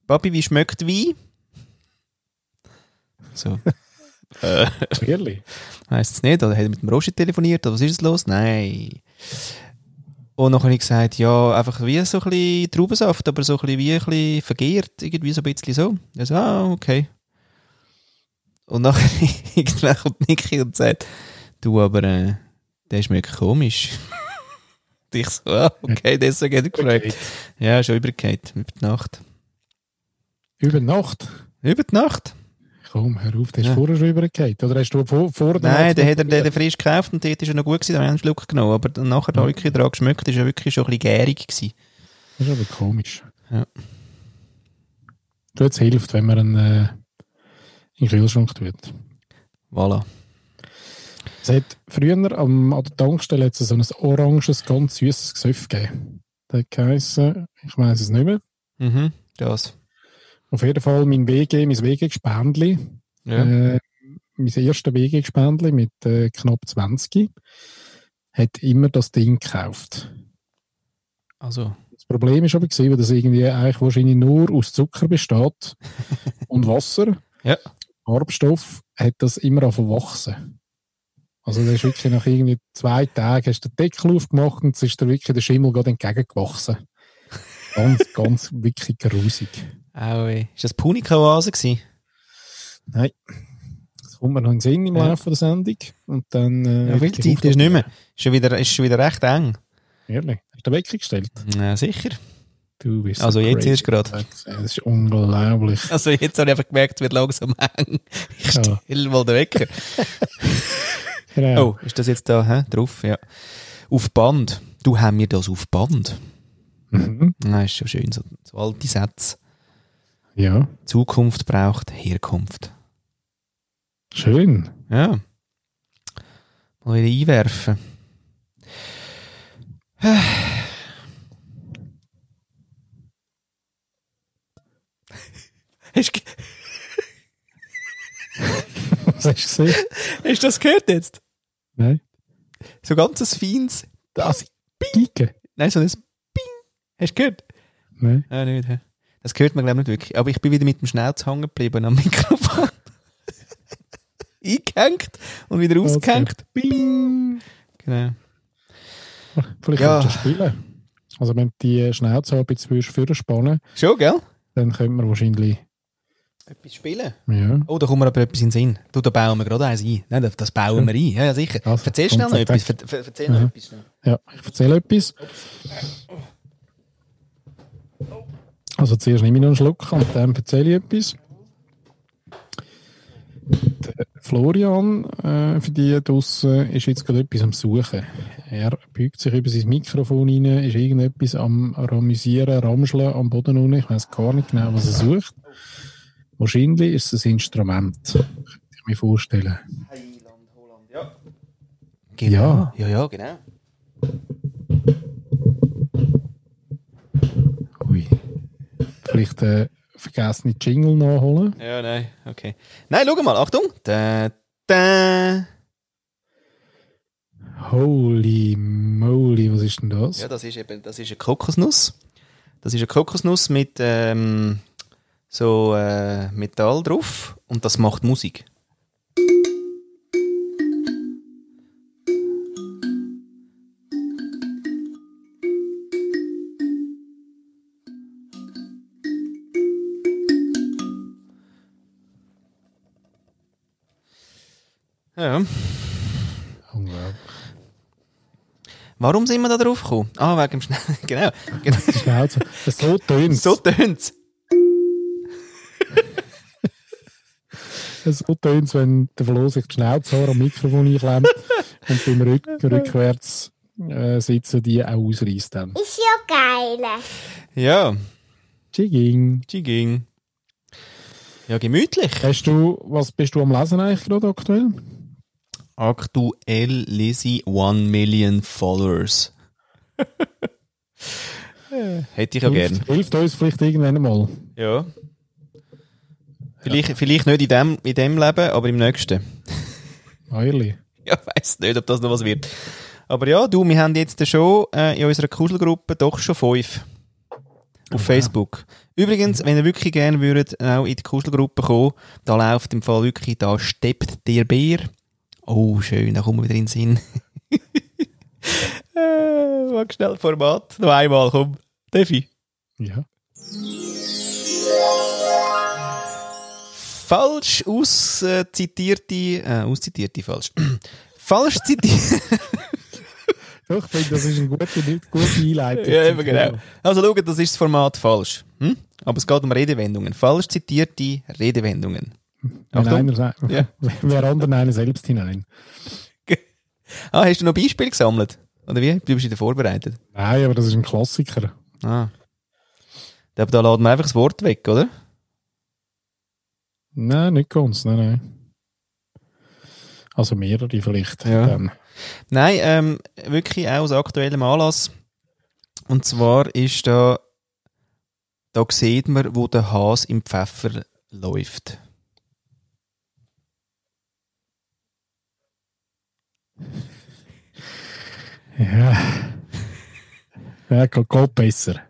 [SPEAKER 1] Papi, wie schmeckt Wein? So. äh,
[SPEAKER 2] Ehrlich.
[SPEAKER 1] [LAUGHS] heisst es nicht? Oder hat er mit dem Roger telefoniert? Oder was ist los? Oh, Nein. Und nachher habe ich gesagt, ja, einfach wie so ein bisschen Traubensaft, aber so ein bisschen wie ein bisschen vergehrt, irgendwie so ein bisschen so. Er so, ah, Oh, okay. Und [LAUGHS] nachher irgendwann kommt Niki und sagt, du, aber äh, der schmeckt komisch. [LAUGHS] und ich so, ah, okay, deswegen hat er gefragt.
[SPEAKER 2] Okay.
[SPEAKER 1] Ja, schon übergeht, über die Nacht.
[SPEAKER 2] Über Nacht.
[SPEAKER 1] Über die Nacht?
[SPEAKER 2] Komm, hör auf, der ist
[SPEAKER 1] Ja.
[SPEAKER 2] vorher schon übergeht. Oder hast du vor, vor der
[SPEAKER 1] Nein,
[SPEAKER 2] Nacht
[SPEAKER 1] den
[SPEAKER 2] noch
[SPEAKER 1] hat er
[SPEAKER 2] probiert?
[SPEAKER 1] den frisch gekauft und dort ist er noch gut gewesen, da habe ich einen Schluck genommen. Aber dann nachher da wirklich dran geschmeckt, ist er wirklich schon ein bisschen gärig gewesen.
[SPEAKER 2] Das ist aber komisch.
[SPEAKER 1] Ja.
[SPEAKER 2] Du, es hilft, wenn man einen äh, in den Kühlschrank tut.
[SPEAKER 1] Voilà.
[SPEAKER 2] Es hat früher am, an der Tankstelle hat's so ein oranges, ganz süßes Gesöff gegeben. Das hat geheissen, ich weiß es nicht mehr.
[SPEAKER 1] Mhm, das.
[SPEAKER 2] Auf jeden Fall mein WG, mein WG-Gespendli,
[SPEAKER 1] Ja.
[SPEAKER 2] Äh, mein erster WG-Gespendli mit äh, knapp 20 hat immer das Ding gekauft.
[SPEAKER 1] Also,
[SPEAKER 2] Das Problem ist aber, gewesen, weil das irgendwie eigentlich wahrscheinlich nur aus Zucker besteht und Wasser.
[SPEAKER 1] [LAUGHS] Ja.
[SPEAKER 2] Farbstoff hat das immer auf wachsen. Also das ist wirklich nach irgendwie zwei Tagen hast du den Deckel aufgemacht und es ist dir wirklich der Schimmel gerade entgegengewachsen. Ganz,
[SPEAKER 1] [LAUGHS]
[SPEAKER 2] ganz wirklich grusig.
[SPEAKER 1] auch, äh, ist das Punika-Oase gewesen?
[SPEAKER 2] Das kommt mir noch in den Sinn im
[SPEAKER 1] Ja.
[SPEAKER 2] Laufe der Sendung. Und dann, äh,
[SPEAKER 1] Ja, viel
[SPEAKER 2] wird die
[SPEAKER 1] Zeit ist nicht mehr.
[SPEAKER 2] Aufgabe-
[SPEAKER 1] Ist schon wieder, ist schon wieder recht eng.
[SPEAKER 2] Ehrlich, hast du den Wecker gestellt?
[SPEAKER 1] Ja, sicher.
[SPEAKER 2] Du bist
[SPEAKER 1] Also jetzt
[SPEAKER 2] crazy.
[SPEAKER 1] erst gerade.
[SPEAKER 2] Das ist unglaublich.
[SPEAKER 1] Also jetzt habe ich einfach gemerkt, es wird langsam eng. Ich
[SPEAKER 2] Ja.
[SPEAKER 1] stelle mal den Wecker.
[SPEAKER 2] Genau.
[SPEAKER 1] Oh, ist das jetzt da hä? drauf? Ja. Auf Band. Du haben mir das auf Band.
[SPEAKER 2] Mhm.
[SPEAKER 1] Nein, ist schon schön. So, so alte Sätze.
[SPEAKER 2] Ja,
[SPEAKER 1] Zukunft braucht Herkunft.
[SPEAKER 2] schön.
[SPEAKER 1] Ja. Mal wieder [SIGHS] einwerfen. Hast du ge-
[SPEAKER 2] Das hast du gesehen?
[SPEAKER 1] Hast du das gehört jetzt?
[SPEAKER 2] Nein.
[SPEAKER 1] So ganz ein feines.
[SPEAKER 2] Das Dicke.
[SPEAKER 1] Nein, so ein Bing. Hast du gehört?
[SPEAKER 2] Nein.
[SPEAKER 1] Ah, nicht. hä? Das gehört man, glaube ich, nicht wirklich. Aber ich bin wieder mit dem Schnauz hängen geblieben am [LAUGHS] Mikrofon. Eingehängt und wieder ausgehängt.
[SPEAKER 2] Bing.
[SPEAKER 1] Genau.
[SPEAKER 2] Vielleicht
[SPEAKER 1] Ja.
[SPEAKER 2] kannst du spielen. Also wenn du die Schnauze ein bisschen würdest vorspannen,
[SPEAKER 1] Schon, gell?
[SPEAKER 2] dann könnte man wahrscheinlich...
[SPEAKER 1] Etwas spielen.
[SPEAKER 2] Ja.
[SPEAKER 1] Oh, da kommt mir aber etwas in den Sinn. Du, da bauen wir gerade eins ein. Nein, das- das bauen wir ein. Ja, ja, sicher.
[SPEAKER 2] Also,
[SPEAKER 1] Erzähl schnell noch
[SPEAKER 2] kommt
[SPEAKER 1] etwas.
[SPEAKER 2] perfekt.
[SPEAKER 1] Ver- ver- Erzähl noch
[SPEAKER 2] Mhm.
[SPEAKER 1] etwas. schnell.
[SPEAKER 2] Ja, ich erzähle etwas. Also zuerst nehme ich noch einen Schluck und dann erzähle ich etwas. Der Florian, äh, für die draussen, ist jetzt gerade etwas am Suchen. Er beugt sich über sein Mikrofon rein, ist irgendetwas am Ramüsieren, Ramscheln am Boden unten. Ich weiß gar nicht genau, was er sucht. Wahrscheinlich ist es ein Instrument. Könnte ich mir vorstellen.
[SPEAKER 1] Genau. Ja, ja, genau.
[SPEAKER 2] Ui. Vielleicht äh, vergessene Jingle nachholen.
[SPEAKER 1] Ja, nein, okay. Nein, schau mal, Achtung. Da, da.
[SPEAKER 2] Holy moly, was ist denn das?
[SPEAKER 1] Ja, das ist eben, das ist eine Kokosnuss. Das ist eine Kokosnuss mit ähm, so äh, Metall drauf und das macht Musik. Ja.
[SPEAKER 2] Unglaublich.
[SPEAKER 1] Warum sind wir da drauf gekommen? Ah, wegen dem Schnell. [LAUGHS] Genau. genau.
[SPEAKER 2] Das ist genau so. Das
[SPEAKER 1] [LAUGHS]
[SPEAKER 2] so tönt
[SPEAKER 1] So
[SPEAKER 2] so,
[SPEAKER 1] tönt es.
[SPEAKER 2] so tönt's, wenn der Flo sich die Schnauze am Mikrofon einklemmt und beim Rück rückwärts äh, sitzen die auch ausreißt dann.
[SPEAKER 5] Ist ja geil.
[SPEAKER 1] Ja,
[SPEAKER 2] Jigging.
[SPEAKER 1] ging. Ja, gemütlich.
[SPEAKER 2] Hast du, was bist du am Lesen eigentlich gerade aktuell?
[SPEAKER 1] Aktuell lese ich 1 Million [LAUGHS] Followers. Hätte ich ja gern.
[SPEAKER 2] hilft, hilft uns vielleicht irgendwann mal.
[SPEAKER 1] Ja. Vielleicht, vielleicht nicht in dem, in dem Leben, aber im nächsten.
[SPEAKER 2] Ehrlich.
[SPEAKER 1] [LAUGHS] Ja, weiß nicht, ob das noch was wird. Aber ja, du, wir haben jetzt schon äh, in unserer Kuschelgruppe doch schon fünf. Auf Facebook. Übrigens, wenn ihr wirklich gerne würdet, auch in die Kuschelgruppe kommen, da läuft im Fall wirklich, da steppt der Bär. Oh, schön, da kommen wir wieder in den Sinn. [LAUGHS] äh, mach schnell Format. Noch einmal, komm. Defi.
[SPEAKER 2] Ja.
[SPEAKER 1] Falsch auszitierte, äh, auszitierte falsch. [CLEARS THROAT] falsch zitierte.
[SPEAKER 2] Doch, ich finde, das ist eine gute, gute
[SPEAKER 1] [LAUGHS]
[SPEAKER 2] Einleitung.
[SPEAKER 1] Ja,
[SPEAKER 2] zum
[SPEAKER 1] eben genau.
[SPEAKER 2] Thema.
[SPEAKER 1] Also schaut, das ist das Format falsch. Hm? Aber es geht um Redewendungen. Falsch zitierte Redewendungen.
[SPEAKER 2] Wenn
[SPEAKER 1] Achtung.
[SPEAKER 2] einer, sagt- [LAUGHS]
[SPEAKER 1] Ja.
[SPEAKER 2] Wer anderen einen selbst hinein.
[SPEAKER 1] Ah, hast du noch Beispiele gesammelt? Oder wie? Du bist wieder vorbereitet.
[SPEAKER 2] Nein, aber das ist ein Klassiker.
[SPEAKER 1] Ah. Aber da laden wir einfach das Wort weg, oder?
[SPEAKER 2] Nein, nicht ganz, nein, nein. Also mehrere vielleicht.
[SPEAKER 1] Ja.
[SPEAKER 2] Dann.
[SPEAKER 1] Nein, ähm, wirklich auch aus aktuellem Anlass. Und zwar ist da, da sieht man, wo der Hase im Pfeffer läuft.
[SPEAKER 2] Ja. Ja, geht, geht besser.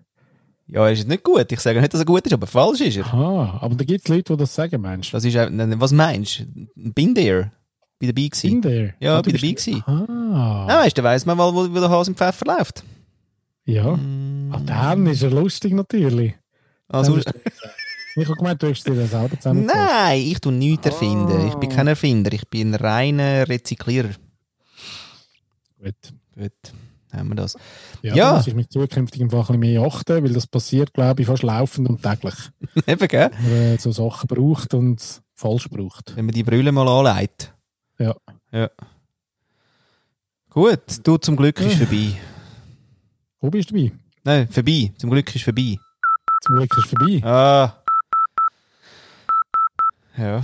[SPEAKER 1] Ja, er ist nicht gut. Ich sage nicht, dass er gut ist, aber falsch ist er.
[SPEAKER 2] Aha, aber da gibt es Leute, die das sagen, Mensch.
[SPEAKER 1] Das ist, auch- was meinst du? Bin there? Bin dabei gewesen?
[SPEAKER 2] Sind der?
[SPEAKER 1] Ja,
[SPEAKER 2] du
[SPEAKER 1] bin dabei
[SPEAKER 2] bist-
[SPEAKER 1] gewesen.
[SPEAKER 2] Ah.
[SPEAKER 1] Ah, weißt du, weiss man mal, wo, wo der Hase im Pfeffer läuft.
[SPEAKER 2] Ja. Ah, dann ist er lustig natürlich.
[SPEAKER 1] [LAUGHS] Also,
[SPEAKER 2] Dann ist er- ich habe gemeint, du hast dir das selber zusammen.
[SPEAKER 1] nein, ich tu nichts erfinden. Ich bin
[SPEAKER 2] Ah.
[SPEAKER 1] kein Erfinder, ich bin ein reiner Rezyklierer.
[SPEAKER 2] Gut.
[SPEAKER 1] Gut, haben wir das. [LAUGHS]
[SPEAKER 2] Ja,
[SPEAKER 1] Ja.
[SPEAKER 2] Da muss ich mich zukünftig im Fall ein bisschen mehr achten, weil das passiert, glaube ich, fast laufend und täglich.
[SPEAKER 1] Eben, gell?
[SPEAKER 2] Wenn man so Sachen braucht und falsch braucht.
[SPEAKER 1] Wenn man die Brille mal anlegt.
[SPEAKER 2] Ja.
[SPEAKER 1] Ja. Gut, du, zum Glück
[SPEAKER 2] Hm.
[SPEAKER 1] ist vorbei.
[SPEAKER 2] Wo bist du dabei?
[SPEAKER 1] Nein, vorbei. Zum Glück ist vorbei.
[SPEAKER 2] Zum Glück ist es vorbei.
[SPEAKER 1] Ah. Ja.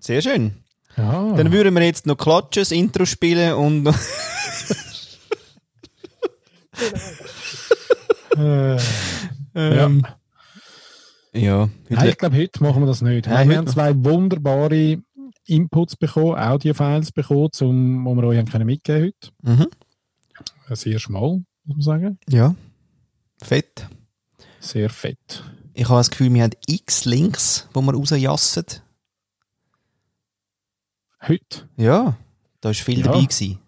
[SPEAKER 1] Sehr schön.
[SPEAKER 2] Ja.
[SPEAKER 1] Dann würden wir jetzt noch klatschen, das Intro spielen und.
[SPEAKER 2] Äh,
[SPEAKER 1] Ähm, ja.
[SPEAKER 2] Nein, ich glaube, heute machen wir das nicht.
[SPEAKER 1] Nein,
[SPEAKER 2] wir
[SPEAKER 1] heute
[SPEAKER 2] haben zwei wunderbare Inputs bekommen, Audiofiles bekommen, zum, die wir euch haben können mitgeben heute.
[SPEAKER 1] Mhm.
[SPEAKER 2] Sehr schmal, muss man sagen.
[SPEAKER 1] Ja. Fett.
[SPEAKER 2] Sehr fett.
[SPEAKER 1] Ich habe das Gefühl, wir haben x Links, die wir rausjassen.
[SPEAKER 2] Heute.
[SPEAKER 1] Ja, da war viel
[SPEAKER 2] Ja.
[SPEAKER 1] dabei. Gewesen.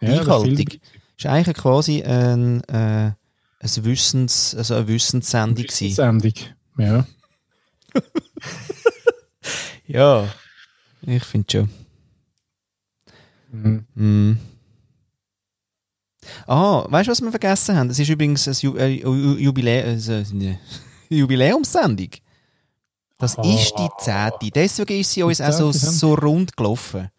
[SPEAKER 2] Ja, das
[SPEAKER 1] Reichhaltig.
[SPEAKER 2] Bild-
[SPEAKER 1] ist eigentlich quasi ein, äh, ein Wissens, also eine Wissenssendung. gewesen.
[SPEAKER 2] Sendung. Ja.
[SPEAKER 1] Ja. Ich finde schon.
[SPEAKER 2] Mhm.
[SPEAKER 1] Mm. Ah, weißt du, was wir vergessen haben? Es ist übrigens ein Ju äh, Ju- Jubilä also, ne, [LAUGHS] Jubiläumssendung. Das
[SPEAKER 2] Ah.
[SPEAKER 1] ist die zehnte. Deswegen ist sie uns auch so,
[SPEAKER 2] zehnte Sendung.
[SPEAKER 1] so rund gelaufen.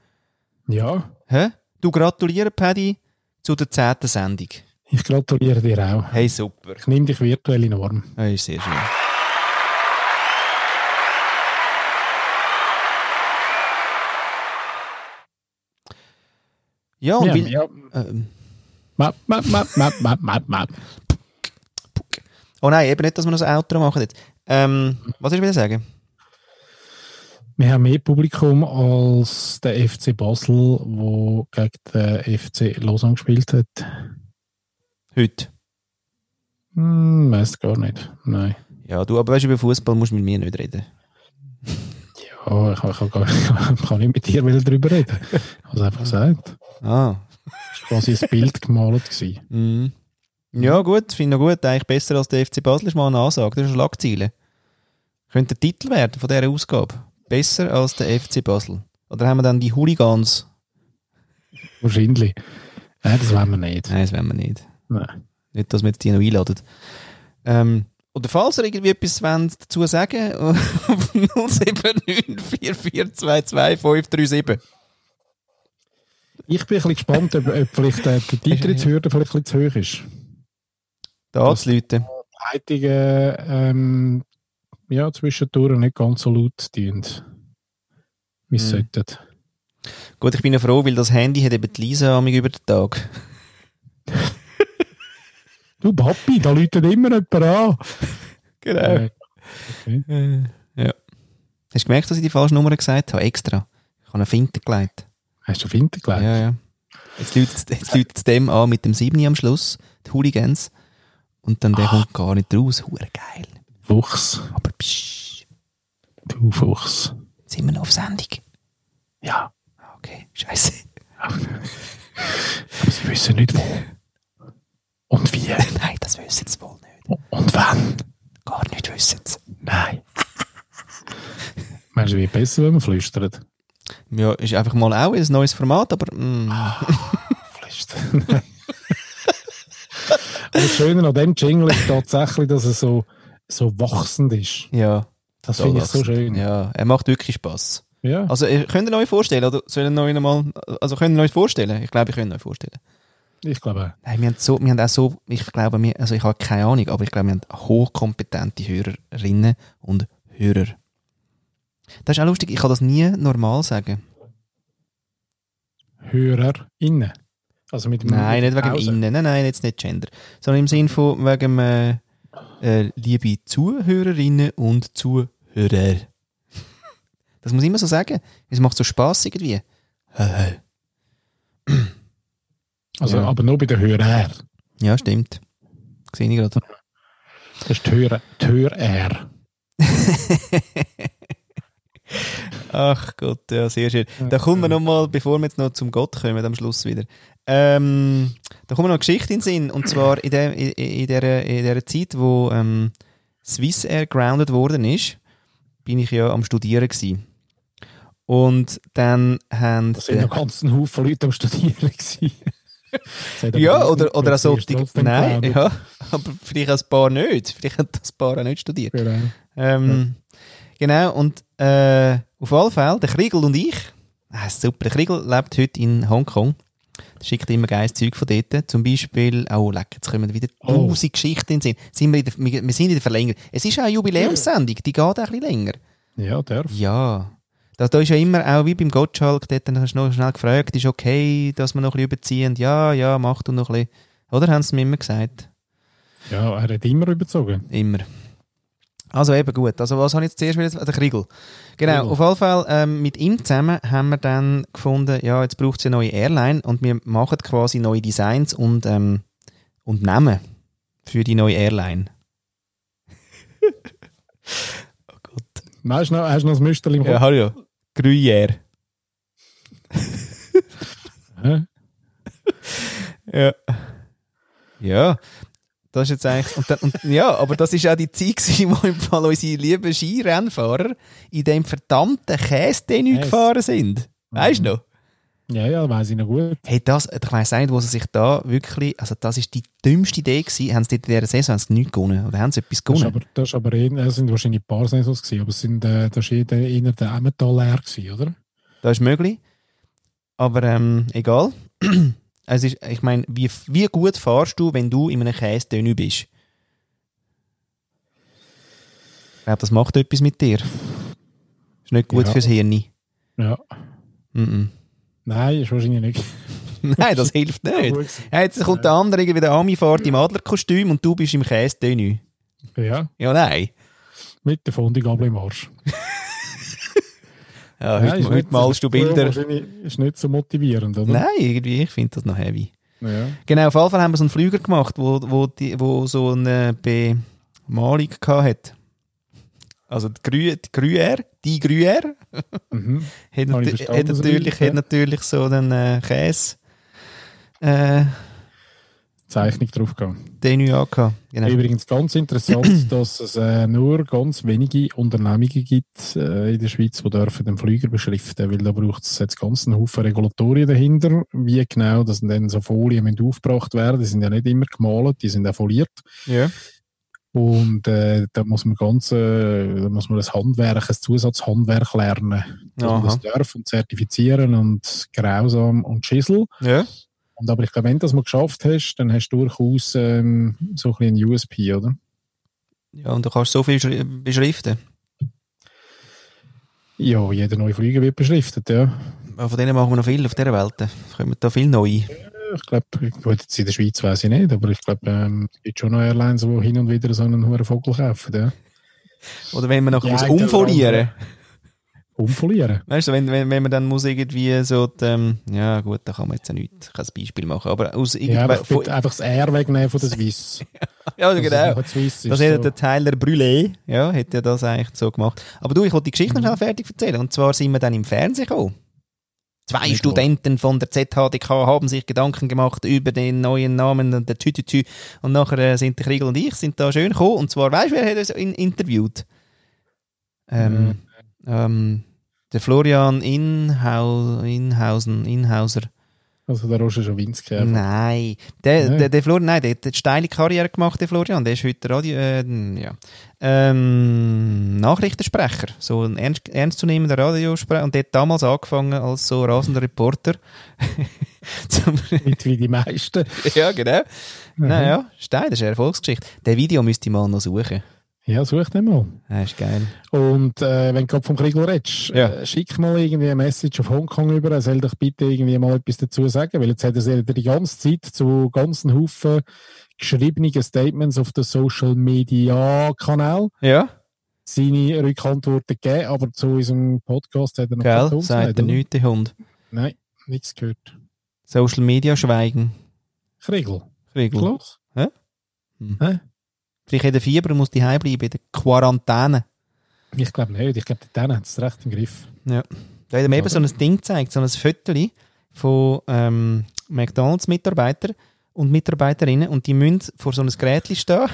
[SPEAKER 2] Ja,
[SPEAKER 1] Hä? Du gratuliere, Paddy, zu der zehnten Sendung.
[SPEAKER 2] ich gratuliere dir auch.
[SPEAKER 1] Hey, super.
[SPEAKER 2] Ich nehme dich virtuell in Arm.
[SPEAKER 1] Das ist sehr schön. Ja, und
[SPEAKER 2] ja,
[SPEAKER 1] weil,
[SPEAKER 2] ja.
[SPEAKER 1] ähm,
[SPEAKER 2] Map, map, map, map, map, map, map.
[SPEAKER 1] Oh nein, eben nicht, dass wir noch ein Outro machen jetzt. Ähm, was soll ich wieder sagen?
[SPEAKER 2] Wir haben mehr Publikum als der FC Basel, wo gegen den FC Lausanne gespielt hat.
[SPEAKER 1] Heute.
[SPEAKER 2] Hm, weiß gar nicht. Nein.
[SPEAKER 1] Ja, du, aber weißt du, über Fußball musst du mit mir nicht reden.
[SPEAKER 2] Ja, ich, ich kann [LAUGHS] gar nicht, ich kann nicht mit dir darüber reden. Ich habe es einfach gesagt.
[SPEAKER 1] Ah.
[SPEAKER 2] Es war quasi ein Bild gemalt. Gewesen.
[SPEAKER 1] Mhm. Ja, gut, finde ich noch gut. Eigentlich besser als der FC Basel ist mal eine Ansage. Das ist eine Schlagzeile. Könnte der Titel werden von dieser Ausgabe. Besser als der FC Basel. Oder haben wir dann die Hooligans?
[SPEAKER 2] Wahrscheinlich. Nein, das wollen wir nicht.
[SPEAKER 1] Nein, das wollen wir nicht.
[SPEAKER 2] Nein.
[SPEAKER 1] Nicht, dass wir jetzt die noch einladen. Ähm, oder falls ihr irgendwie etwas wollt, dazu sagen [LAUGHS] auf 07944225537.
[SPEAKER 2] Ich bin ein bisschen gespannt, ob, ob vielleicht äh, die Eintrittshürde vielleicht ein bisschen zu hoch ist.
[SPEAKER 1] Da anzuleuten.
[SPEAKER 2] Leitungen ähm, ja, zwischendurch nicht ganz so laut dient, wie sie
[SPEAKER 1] Mhm.
[SPEAKER 2] sollten.
[SPEAKER 1] Gut, ich bin ja froh, weil das Handy hat eben die Lisa amig über den Tag.
[SPEAKER 2] Du Papi, da läutet immer jemand an.
[SPEAKER 1] Genau. Äh, ja. Hast du gemerkt, dass ich die falsche Nummer gesagt habe? Extra. Ich habe eine Finte gelegt.
[SPEAKER 2] Hast du auf Winter gelegt?
[SPEAKER 1] Ja, ja. Jetzt läutet jetzt läutet's dem an mit dem 7 am Schluss, die Hooligans. Und dann der kommt gar nicht raus. Hure geil.
[SPEAKER 2] Fuchs,
[SPEAKER 1] Aber psch,
[SPEAKER 2] du Fuchs.
[SPEAKER 1] sind wir noch auf Sendung?
[SPEAKER 2] Ja,
[SPEAKER 1] Okay, scheiße. [LAUGHS]
[SPEAKER 2] aber sie wissen nicht wo. Und wie.
[SPEAKER 1] Nein, das wissen sie wohl nicht.
[SPEAKER 2] Und wann.
[SPEAKER 1] Gar nicht wissen sie.
[SPEAKER 2] Nein. Meinst du, wie besser, wenn man flüstert?
[SPEAKER 1] Ja, ist einfach mal auch ein neues Format, aber mm,
[SPEAKER 2] Flüstern. [LAUGHS] Nein. Aber das Schöne an dem Jingle ist tatsächlich, dass er so, so wachsend ist.
[SPEAKER 1] ja.
[SPEAKER 2] Das finde ich so schön.
[SPEAKER 1] Ja, er macht wirklich Spaß.
[SPEAKER 2] Ja.
[SPEAKER 1] Also, ihr könnt ihr euch vorstellen, oder sollen wir euch nochmal, also könnt ihr euch vorstellen? Ich glaube, ich könnt euch vorstellen.
[SPEAKER 2] Ich glaube auch.
[SPEAKER 1] Nein, wir haben, so, wir haben auch so, ich glaube, wir, also ich habe keine Ahnung, aber ich glaube, wir haben hochkompetente Hörerinnen und Hörer. Das ist auch lustig, ich kann das nie normal sagen.
[SPEAKER 2] HörerInnen. Also mit dem-
[SPEAKER 1] Nein,
[SPEAKER 2] mit
[SPEAKER 1] nicht wegen
[SPEAKER 2] Pause.
[SPEAKER 1] innen, nein, nein, jetzt nicht Gender. Sondern im Sinn von wegen äh, äh, liebe Zuhörerinnen und Zuhörer. Das muss ich immer so sagen. Es macht so Spass irgendwie. Äh,
[SPEAKER 2] Also,
[SPEAKER 1] Ja.
[SPEAKER 2] Aber nur bei den Hörer.
[SPEAKER 1] Ja, stimmt. Sehe ich gerade.
[SPEAKER 2] Das ist die Hörer. Die Hörer.
[SPEAKER 1] Ach Gott, ja, sehr schön. Da kommen
[SPEAKER 2] Mhm.
[SPEAKER 1] wir nochmal, bevor wir jetzt noch zum Gott kommen, am Schluss wieder. Ähm, da kommen wir noch eine Geschichte in den Sinn. Und zwar in der, in, in der, in der Zeit, wo ähm, Swissair grounded worden ist, bin ich ja am Studieren gewesen. Und dann haben...
[SPEAKER 2] Da sind noch ganz ein Haufen Leute am
[SPEAKER 1] [LAUGHS]
[SPEAKER 2] Studieren. gewesen. Das hat aber
[SPEAKER 1] ja,
[SPEAKER 2] alles
[SPEAKER 1] oder,
[SPEAKER 2] nicht
[SPEAKER 1] oder auch so...
[SPEAKER 2] passiert. Trotzdem
[SPEAKER 1] Nein,
[SPEAKER 2] geglaubt.
[SPEAKER 1] ja, aber vielleicht auch ein paar nicht. Vielleicht hat das paar auch nicht studiert.
[SPEAKER 2] Genau.
[SPEAKER 1] Ähm, Genau, und äh, auf alle Fälle, der Kriegel und ich, ah, super, der Kriegel lebt heute in Hongkong, Der schickt immer geiles Zeug von dort, zum Beispiel, oh leck, jetzt kommen wieder
[SPEAKER 2] Oh.
[SPEAKER 1] tausend Geschichten in den Sinn, sind wir, in der, wir, wir sind in der Verlängerung, es ist auch eine Jubiläumssendung, die geht auch ein bisschen länger.
[SPEAKER 2] Ja, darf.
[SPEAKER 1] Ja. Da, da ist ja immer auch wie beim Gottschalk, dort hast du noch schnell gefragt, ist okay, dass wir noch ein bisschen überziehen, ja, ja, mach du noch ein bisschen. Oder haben sie mir immer gesagt?
[SPEAKER 2] Ja, er hat immer überzogen.
[SPEAKER 1] Immer. Also eben gut. Also was habe ich jetzt zuerst wieder? Der Kriegel. Genau.
[SPEAKER 2] Kriegel.
[SPEAKER 1] Auf jeden Fall ähm, mit ihm zusammen haben wir dann gefunden, ja, jetzt braucht es eine neue Airline und wir machen quasi neue Designs und, ähm, und Namen für die neue Airline. oh Gott.
[SPEAKER 2] Nein, hast du noch, hast du noch das Müsterli im Kopf?
[SPEAKER 1] hallo. ja. Gruyère.
[SPEAKER 2] Hä?
[SPEAKER 1] Ja. Ja. Das ist jetzt eigentlich. Und dann, und, ja, aber das ist auch die Zeit, gewesen, wo im Fall unsere lieben Skirennfahrer in dem verdammten Käse
[SPEAKER 2] Käse.
[SPEAKER 1] gefahren sind. Weißt du noch?
[SPEAKER 2] Ja, ja, weiss ich noch gut.
[SPEAKER 1] Hey, das, ich weiss auch nicht, wo sie sich da wirklich, also das ist die dümmste Idee gewesen, haben sie dort in dieser Saison haben sie nichts gewonnen oder haben sie etwas
[SPEAKER 2] Das ist
[SPEAKER 1] gewonnen?
[SPEAKER 2] aber, das ist aber eher, es sind wahrscheinlich ein paar Saisons gewesen, aber es sind, äh, das war eher, eher der Emmental leer gewesen, oder?
[SPEAKER 1] Das ist möglich. Aber ähm, egal. [CLEARS THROAT] es ist, ich meine, wie, wie gut fahrst du, wenn du in einem Käse bist? Ich glaube, das macht etwas mit dir. Ist nicht gut
[SPEAKER 2] Ja.
[SPEAKER 1] fürs Hirn. Mm
[SPEAKER 2] Ja.
[SPEAKER 1] -mm.
[SPEAKER 2] Nein, ist wahrscheinlich nicht.
[SPEAKER 1] [LAUGHS] Nein, das hilft [LAUGHS] nicht.
[SPEAKER 2] Gut.
[SPEAKER 1] Ja, jetzt kommt der andere irgendwie der Ami fährt im Adlerkostüm und du bist im Käse
[SPEAKER 2] Ja,
[SPEAKER 1] Ja, nein.
[SPEAKER 2] mit der Fondue-Gabel im Arsch.
[SPEAKER 1] Ja,
[SPEAKER 2] Nein,
[SPEAKER 1] heute,
[SPEAKER 2] ist
[SPEAKER 1] heute
[SPEAKER 2] nicht-
[SPEAKER 1] malst du Bilder.
[SPEAKER 2] Wahrscheinlich ist nicht so motivierend, oder?
[SPEAKER 1] Nein, irgendwie, ich finde das noch heavy.
[SPEAKER 2] Ja.
[SPEAKER 1] Genau, auf jeden Fall haben wir so einen Flüger gemacht, wo, wo, die, wo so äh, eine Bemalung hatte. Also die Grü- die Gruyère, die Gruyère,
[SPEAKER 2] Mhm.
[SPEAKER 1] hat,
[SPEAKER 2] Habe ich
[SPEAKER 1] nat hat,
[SPEAKER 2] verstanden, so
[SPEAKER 1] natürlich,
[SPEAKER 2] weit,
[SPEAKER 1] hat
[SPEAKER 2] ja.
[SPEAKER 1] natürlich so einen äh, Käse äh,
[SPEAKER 2] Zeichnung draufgegangen.
[SPEAKER 1] Denü angehabt. Genau.
[SPEAKER 2] Übrigens ganz interessant, dass es äh, nur ganz wenige Unternehmungen gibt äh, in der Schweiz, die dürfen den Flüger beschriften, weil da braucht es jetzt ganz einen Haufen Regulatorien dahinter, wie genau, dass dann so Folien müssen aufgebracht werden, die sind ja nicht immer gemalt, die sind auch foliert.
[SPEAKER 1] Ja.
[SPEAKER 2] Und äh, da muss man ganz, äh, da muss man das Handwerk, ein Zusatzhandwerk lernen, dass man das
[SPEAKER 1] Aha.
[SPEAKER 2] darf und zertifizieren und grausam und schissel.
[SPEAKER 1] Ja.
[SPEAKER 2] Und aber ich glaube, wenn du das mal geschafft hast, dann hast du durchaus ähm, so ein bisschen ein USP, oder?
[SPEAKER 1] ja, und du kannst so viel schri- beschriften.
[SPEAKER 2] Ja, jeder neue Flieger wird beschriftet, ja.
[SPEAKER 1] Aber von denen machen wir noch viel auf dieser Welt. Da kommen da viel neue.
[SPEAKER 2] Ich glaube, gut, jetzt in der Schweiz weiß ich nicht, aber ich glaube, ähm, es gibt schon noch Airlines, die hin und wieder so einen hohen Vogel kaufen, ja.
[SPEAKER 1] Oder wenn wir nachher
[SPEAKER 2] Ja,
[SPEAKER 1] muss
[SPEAKER 2] ich glaube,
[SPEAKER 1] umfolieren
[SPEAKER 2] Umfolieren.
[SPEAKER 1] Weißt du, wenn, wenn, wenn man dann muss irgendwie so, die, ähm, ja gut, da kann man jetzt ja nicht kein Beispiel machen, aber aus
[SPEAKER 2] Ja,
[SPEAKER 1] irgendwelchen.
[SPEAKER 2] einfach, bitte einfach das R wegnehmen von der Swiss.
[SPEAKER 1] Ja,
[SPEAKER 2] Dass es
[SPEAKER 1] genau.
[SPEAKER 2] [LAUGHS] nachher die Swiss ist,
[SPEAKER 1] Das hätte
[SPEAKER 2] so.
[SPEAKER 1] der Tyler Brûlé, ja, hätte ja das eigentlich so gemacht. Aber du, ich wollte die Geschichte noch schnell fertig erzählen. Und zwar sind wir dann im Fernsehen gekommen. Zwei
[SPEAKER 2] Nicht
[SPEAKER 1] Studenten von der ZHDK haben sich Gedanken gemacht über den neuen Namen und der Tütütü. Und nachher äh, sind der Kriegel und ich sind da schön gekommen. Und zwar, weißt du, wer hat uns in interviewt? Ähm,
[SPEAKER 2] Äh.
[SPEAKER 1] ähm, der Florian Inhau Inhausen, Inhauser.
[SPEAKER 2] Also der Roger Schawinski. einfach.
[SPEAKER 1] Nein, der,
[SPEAKER 2] Nein.
[SPEAKER 1] Der, der Florian, nein, der hat eine steile Karriere gemacht, der Florian. Der ist heute Radio, äh, ja. ähm, Nachrichtensprecher, so ein ernst, ernstzunehmender Radiosprecher. Und der hat damals angefangen als so rasender Reporter. [LAUGHS] Zum,
[SPEAKER 2] Nicht wie die meisten.
[SPEAKER 1] [LAUGHS] ja, genau. Naja, steil, das ist eine Erfolgsgeschichte. Der Video müsste ich mal noch suchen.
[SPEAKER 2] Ja, such den mal.
[SPEAKER 1] Das ist geil.
[SPEAKER 2] Und äh, wenn du gerade vom Kriegel redest,
[SPEAKER 1] Ja.
[SPEAKER 2] äh, schick mal irgendwie eine Message auf Hongkong über, er soll dich bitte irgendwie mal etwas dazu sagen, weil jetzt hat er sich die ganze Zeit zu ganzen Haufen geschriebenen Statements auf den Social Media Kanal
[SPEAKER 1] Ja,
[SPEAKER 2] seine Rückantworten gegeben, aber zu unserem Podcast hat er noch keinen
[SPEAKER 1] geil,
[SPEAKER 2] Ton
[SPEAKER 1] sagt
[SPEAKER 2] gesagt,
[SPEAKER 1] der
[SPEAKER 2] oder?
[SPEAKER 1] nüte Hund.
[SPEAKER 2] Nein, nichts gehört.
[SPEAKER 1] Social Media schweigen.
[SPEAKER 2] Kriegel,
[SPEAKER 1] Kriegel.
[SPEAKER 2] klar.
[SPEAKER 1] Vielleicht hat er Fieber und muss die bleiben in der Quarantäne.
[SPEAKER 2] Ich glaube nicht, ich glaube, der hat es recht im Griff.
[SPEAKER 1] Da hat er mir eben
[SPEAKER 2] Oder?
[SPEAKER 1] so ein Ding gezeigt, so ein Viertel von ähm, McDonalds-Mitarbeiter und Mitarbeiterinnen und die müssen vor so einem Gerät stehen. [LAUGHS]